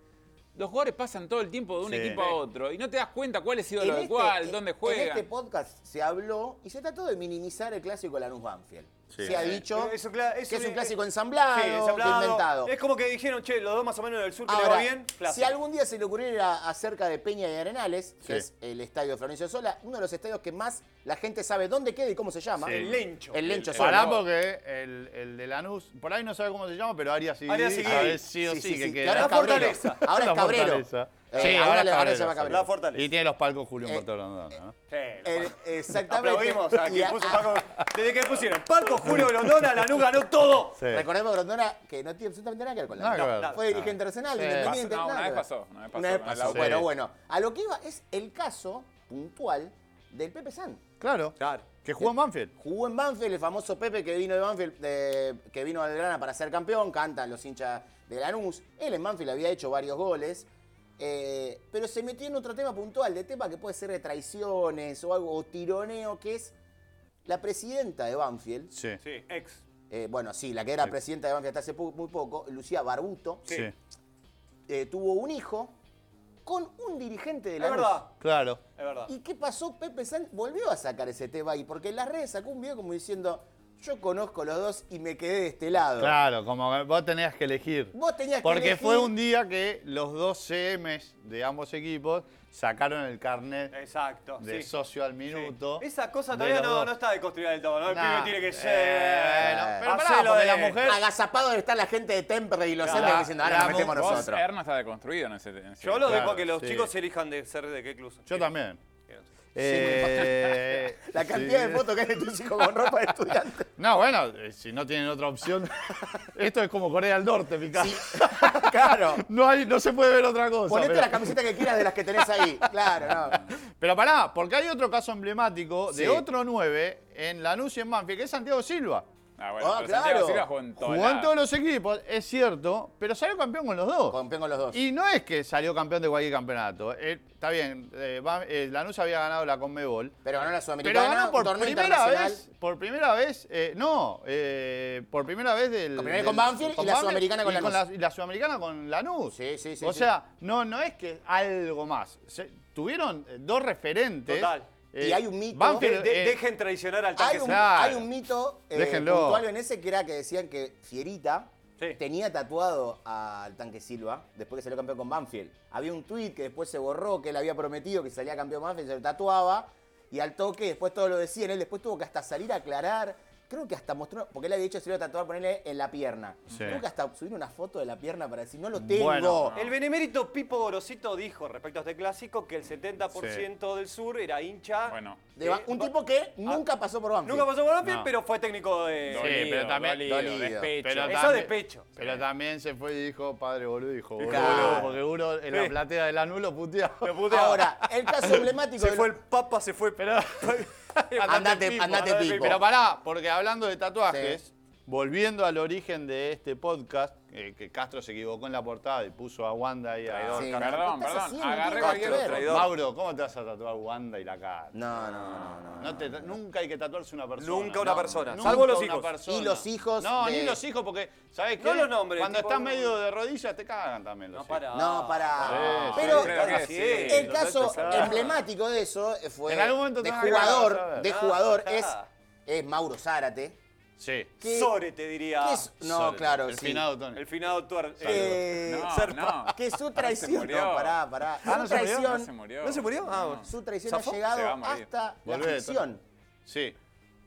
Speaker 2: Los jugadores pasan todo el tiempo de un
Speaker 3: Sí.
Speaker 2: equipo a otro y no te das cuenta cuál es ídolo
Speaker 1: En
Speaker 2: de
Speaker 1: este-
Speaker 2: cuál, dónde
Speaker 1: En
Speaker 2: juegan.
Speaker 1: este podcast se habló y se trató de minimizar el clásico Lanús Banfield. Se ha dicho
Speaker 4: Pero Eh, eso, claro, eso
Speaker 1: que es un
Speaker 4: le-
Speaker 1: clásico ensamblado,
Speaker 4: Sí,
Speaker 1: que
Speaker 4: ensamblado.
Speaker 1: inventado.
Speaker 4: Es como que dijeron, che, los dos más o menos del sur que le
Speaker 1: Ahora,
Speaker 4: va bien.
Speaker 1: si
Speaker 4: clásico.
Speaker 1: algún día se le ocurriera acerca de Peña y Arenales, que
Speaker 3: Sí.
Speaker 1: es el estadio de Florencio Sola, uno de los estadios que más la gente sabe dónde queda y cómo se llama.
Speaker 3: Sí.
Speaker 4: El Lencho.
Speaker 1: El Lencho
Speaker 2: El-
Speaker 1: Sola.
Speaker 3: Pará porque el, el de Lanús, por ahí no sabe cómo se llama, pero Arias sí.
Speaker 4: Arias Iguiri.
Speaker 3: sí o sí, que
Speaker 1: que
Speaker 3: queda.
Speaker 1: ahora es
Speaker 4: La
Speaker 1: Cabrero.
Speaker 4: Fortaleza.
Speaker 1: Ahora es
Speaker 3: La
Speaker 1: Cabrero.
Speaker 3: Fortaleza.
Speaker 1: Eh,
Speaker 3: Sí,
Speaker 1: ahora,
Speaker 3: es
Speaker 1: ahora se llama
Speaker 3: Cabrero.
Speaker 1: Cabrero.
Speaker 4: La Fortaleza.
Speaker 3: Y tiene los palcos Julio
Speaker 1: Eh,
Speaker 3: Montoro andando, ¿no?
Speaker 4: Sí, Eh, lo
Speaker 1: El- exactamente.
Speaker 4: Aplaudimos a
Speaker 1: Y
Speaker 4: quien
Speaker 1: a-
Speaker 4: puso Paco. Desde que pusieron Paco, Julio Grondona, Lanús ganó todo.
Speaker 3: Sí.
Speaker 1: Recordemos que Rondona, que no tiene absolutamente nada que ver con la
Speaker 3: Nada que
Speaker 1: No,
Speaker 3: ver.
Speaker 1: no, Fue
Speaker 3: Nada.
Speaker 1: dirigente arsenal,
Speaker 3: Ah. Sí.
Speaker 1: independiente.
Speaker 2: Pasó- no,
Speaker 1: nada
Speaker 2: una
Speaker 1: que
Speaker 2: vez
Speaker 1: ver.
Speaker 2: pasó, una vez pasó,
Speaker 1: Una vez
Speaker 2: con la
Speaker 1: pasó.
Speaker 3: U.
Speaker 1: Bueno,
Speaker 3: Sí.
Speaker 1: bueno. A lo que iba es el caso puntual del Pepe San.
Speaker 3: Claro.
Speaker 4: Claro.
Speaker 3: Que jugó en Banfield.
Speaker 1: Jugó en Banfield, el famoso Pepe que vino de Banfield, de- que vino a Belgrana para ser campeón, cantan los hinchas de Lanús. Él en Banfield había hecho varios goles, eh, pero se metió en otro tema puntual, de tema que puede ser de traiciones o algo, o tironeo, que es la presidenta de Banfield,
Speaker 3: Sí.
Speaker 4: Sí, ex.
Speaker 1: eh, bueno, sí, la que era presidenta de Banfield hasta hace po- muy poco, Lucía Barbuto,
Speaker 3: Sí.
Speaker 1: eh, tuvo un hijo con un dirigente de
Speaker 4: Es
Speaker 1: Lanús.
Speaker 4: verdad,
Speaker 3: Claro.
Speaker 4: es verdad.
Speaker 1: ¿Y qué pasó? Pepe San volvió a sacar ese tema ahí, porque en las redes sacó un video como diciendo, yo conozco los dos y me quedé de este lado.
Speaker 3: Claro, como que vos tenías que elegir.
Speaker 1: Vos tenías que
Speaker 3: Porque
Speaker 1: elegir.
Speaker 3: fue un día que los dos CMs de ambos equipos sacaron el carnet
Speaker 4: Exacto.
Speaker 3: de
Speaker 4: sí.
Speaker 3: socio al
Speaker 4: Sí.
Speaker 3: minuto.
Speaker 4: Esa cosa
Speaker 3: de
Speaker 4: todavía
Speaker 3: los
Speaker 4: no,
Speaker 3: dos.
Speaker 4: no está deconstruida del todo, ¿no? El
Speaker 3: Nah.
Speaker 4: pibe tiene que ser.
Speaker 3: Eh, no, pero pará,
Speaker 4: Hacelo
Speaker 3: porque
Speaker 4: de-
Speaker 3: la mujer-
Speaker 1: Agazapado está la gente de Temperley y los
Speaker 3: Claro,
Speaker 1: Andes diciendo, ahora
Speaker 3: la
Speaker 1: nos metemos
Speaker 3: mu-
Speaker 2: Vos,
Speaker 1: nosotros.
Speaker 2: Erno está deconstruido en ese. en ese-
Speaker 4: Yo lo
Speaker 3: Claro,
Speaker 4: dejo a que los
Speaker 3: sí.
Speaker 4: chicos elijan de ser de qué club.
Speaker 3: Yo también.
Speaker 4: también.
Speaker 3: Eh,
Speaker 1: La cantidad
Speaker 3: sí.
Speaker 1: de fotos que hay de tus hijos con ropa de estudiante.
Speaker 3: No, bueno, eh, si no tienen otra opción. Esto es como Corea del Norte, mi casa.
Speaker 1: claro.
Speaker 3: No, hay, no se puede ver otra cosa.
Speaker 1: Ponete
Speaker 3: pero-
Speaker 1: la camiseta que quieras de las que tenés ahí. Claro, no.
Speaker 3: Pero pará, porque hay otro caso emblemático
Speaker 1: Sí.
Speaker 3: de otro 9 en Lanús y en Manfield, que es Santiago Silva.
Speaker 2: Ah, bueno,
Speaker 1: Ah,
Speaker 2: pero Santiago
Speaker 1: claro.
Speaker 2: Silva jugó en todo
Speaker 3: Jugó en todos los equipos, es cierto, pero salió campeón con los dos.
Speaker 1: Campeón con los dos.
Speaker 3: Y no es que salió campeón de cualquier campeonato. Eh, está bien, eh, Ban- eh, Lanús había ganado la Conmebol.
Speaker 1: Pero ganó la
Speaker 3: Pero
Speaker 1: Sudamericana,
Speaker 3: ganó
Speaker 1: un
Speaker 3: por
Speaker 1: torneo
Speaker 3: primera
Speaker 1: internacional.
Speaker 3: vez, por primera vez, eh, no, eh, por primera vez del...
Speaker 1: Con primera vez
Speaker 3: del-
Speaker 1: con Banfield y la Sudamericana con
Speaker 3: y
Speaker 1: Lanús.
Speaker 3: la- y la Sudamericana con Lanús.
Speaker 1: Sí, sí, sí,
Speaker 3: O
Speaker 1: sí.
Speaker 3: sea, no, no es que algo más. Se- tuvieron eh, dos referentes. eh,
Speaker 4: Total.
Speaker 1: Y hay un mito-
Speaker 3: Banfield,
Speaker 4: De-
Speaker 3: eh,
Speaker 4: dejen traicionar al
Speaker 1: Hay
Speaker 4: tanque.
Speaker 1: un,
Speaker 4: Central.
Speaker 3: Claro.
Speaker 1: hay un mito eh,
Speaker 3: Déjenlo.
Speaker 1: puntual en ese que era que decían que Fierita
Speaker 4: Sí.
Speaker 1: tenía tatuado al tanque Silva después que salió campeón con Banfield. Había un tuit que después se borró, que él había prometido que salía campeón Banfield, se lo tatuaba y al toque después todo lo decían. Él después tuvo que hasta salir a aclarar. Creo que hasta mostró, porque él había dicho que se lo iba a tatuar, ponerle en la pierna.
Speaker 3: Sí.
Speaker 1: Creo que hasta subir una foto de la pierna para decir, no lo tengo.
Speaker 3: Bueno,
Speaker 4: El benemérito Pipo Gorosito dijo respecto a este clásico que el 70% del sur era hincha.
Speaker 2: Bueno.
Speaker 1: De Ban- un tipo que nunca pasó por Banfield.
Speaker 4: Eh, Nunca pasó por Banfield,
Speaker 3: No.
Speaker 4: pero fue técnico de.
Speaker 3: Sí. pero también-
Speaker 2: Dolido,
Speaker 1: dolido.
Speaker 2: despecho.
Speaker 3: Pero
Speaker 4: Eso
Speaker 3: también-
Speaker 4: de pecho.
Speaker 3: Pero también se fue y dijo, padre boludo, dijo, boludo,
Speaker 1: Claro.
Speaker 3: porque uno en la
Speaker 4: Sí.
Speaker 3: platea de Lanús lo puteaba.
Speaker 1: Ahora, el caso emblemático
Speaker 4: Se
Speaker 1: de-
Speaker 4: fue el Papa, se fue. Pero.
Speaker 1: Andate, andate, Pipo.
Speaker 3: Pero pará, porque hablando de tatuajes,
Speaker 1: Sí.
Speaker 3: volviendo al origen de este podcast, eh, que Castro se equivocó en la portada y puso a Wanda y a...
Speaker 2: Traidor.
Speaker 1: Ah, Sí,
Speaker 2: Perdón,
Speaker 1: no, ¿qué estás
Speaker 2: perdón,
Speaker 1: haciendo?
Speaker 2: agarré
Speaker 1: Tiene
Speaker 2: cualquier
Speaker 1: que ver.
Speaker 2: traidor.
Speaker 3: Mauro, ¿cómo te vas a tatuar Wanda y la cara?
Speaker 1: No, no, no, no.
Speaker 3: No te- nunca hay que tatuarse una persona.
Speaker 4: Nunca una
Speaker 3: No,
Speaker 4: persona,
Speaker 3: nunca
Speaker 4: salvo los
Speaker 3: una
Speaker 4: hijos.
Speaker 3: persona.
Speaker 1: Y los hijos
Speaker 3: No,
Speaker 1: de-
Speaker 3: ni los hijos, porque, ¿sabes qué?
Speaker 4: No los nombres,
Speaker 3: Cuando
Speaker 4: tipo-
Speaker 3: estás medio de rodillas te cagan también los
Speaker 4: No,
Speaker 3: hijos.
Speaker 4: para.
Speaker 1: No, pará.
Speaker 3: Sí,
Speaker 1: Pero
Speaker 3: sí,
Speaker 2: creo que
Speaker 4: sí.
Speaker 1: el
Speaker 4: lo
Speaker 1: caso
Speaker 4: tenés que saber.
Speaker 1: emblemático de eso fue
Speaker 3: En algún momento
Speaker 1: de
Speaker 3: tenés que grabar,
Speaker 1: jugador,
Speaker 3: ¿sabes?
Speaker 1: de
Speaker 4: Ah,
Speaker 1: jugador
Speaker 4: ah.
Speaker 1: es, es Mauro Zárate.
Speaker 3: Sí.
Speaker 1: que-
Speaker 4: Sore, te diría.
Speaker 1: que es- no,
Speaker 3: Sorry.
Speaker 1: claro,
Speaker 3: El
Speaker 1: sí.
Speaker 3: finado Tony.
Speaker 4: El finado tuer. eh,
Speaker 1: Eh,
Speaker 2: No,
Speaker 4: Serpa.
Speaker 2: no.
Speaker 1: que su
Speaker 2: se
Speaker 1: traición,
Speaker 2: murió.
Speaker 1: no, pará, pará.
Speaker 3: Ah,
Speaker 1: su
Speaker 3: ¿no se murió?
Speaker 1: traición,
Speaker 2: No se murió.
Speaker 4: ¿No se murió? Ah, bueno.
Speaker 1: su traición ha
Speaker 4: ¿Zafó?
Speaker 2: Se va a
Speaker 1: llegado
Speaker 2: morir.
Speaker 1: hasta la
Speaker 3: Volvé,
Speaker 1: ficción.
Speaker 3: Sí.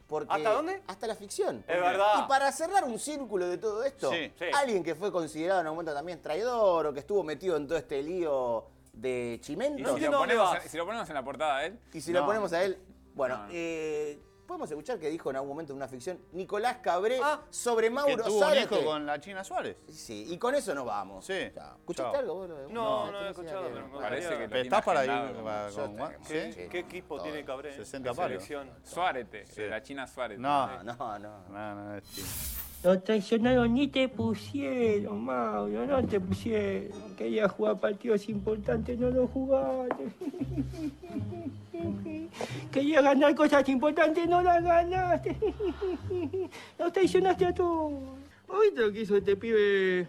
Speaker 1: Porque
Speaker 4: ¿Hasta dónde?
Speaker 1: Hasta la ficción.
Speaker 4: Es verdad.
Speaker 1: Y para cerrar un círculo de todo esto,
Speaker 3: Sí,
Speaker 4: sí.
Speaker 1: alguien que fue considerado en algún momento también traidor o que estuvo metido en todo este lío de
Speaker 2: Y
Speaker 1: Chimento,
Speaker 2: si, lo
Speaker 4: entiendo dónde
Speaker 2: ponemos,
Speaker 4: vas.
Speaker 2: si lo ponemos en la portada ¿eh? de él,
Speaker 1: y si lo
Speaker 3: No.
Speaker 1: ponemos a él, bueno,
Speaker 2: No, no.
Speaker 1: eh, podemos escuchar que dijo en algún momento en una ficción Nicolás Cabré
Speaker 4: Ah,
Speaker 1: sobre
Speaker 3: Que
Speaker 1: Mauro
Speaker 3: tuvo un
Speaker 1: Zárate.
Speaker 3: hijo con la China Suárez.
Speaker 1: Sí, y con eso nos vamos.
Speaker 3: Sí.
Speaker 1: Chao. ¿Escuchaste
Speaker 3: Chao.
Speaker 1: algo vos? lo de-
Speaker 4: No, no,
Speaker 1: tenés
Speaker 4: he
Speaker 1: idea
Speaker 4: escuchado,
Speaker 1: que-
Speaker 4: pero me gustaría.
Speaker 2: parece que lo tiene
Speaker 3: ¿Estás para ir
Speaker 2: agendado.
Speaker 3: para-
Speaker 1: Yo
Speaker 3: con Wanda?
Speaker 1: tengo-
Speaker 3: ¿Sí?
Speaker 1: sí.
Speaker 4: ¿Qué equipo
Speaker 1: Todo.
Speaker 4: tiene Cabré?
Speaker 3: 60
Speaker 4: La
Speaker 3: palos.
Speaker 4: selección.
Speaker 2: Suárez,
Speaker 3: Sí.
Speaker 2: la China Suárez.
Speaker 3: No.
Speaker 1: No, no.
Speaker 3: No, no, es China.
Speaker 5: Los traicionaron ni te pusieron, Mauro, no te pusieron. Querías jugar partidos importantes, no lo jugaste. Querías ganar cosas importantes, no las ganaste. Los traicionaste a todos. ¿Viste lo que hizo este pibe,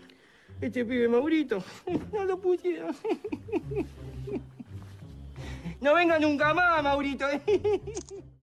Speaker 5: este pibe Maurito? No lo pusieron. ¿eh? No venga nunca más, Maurito.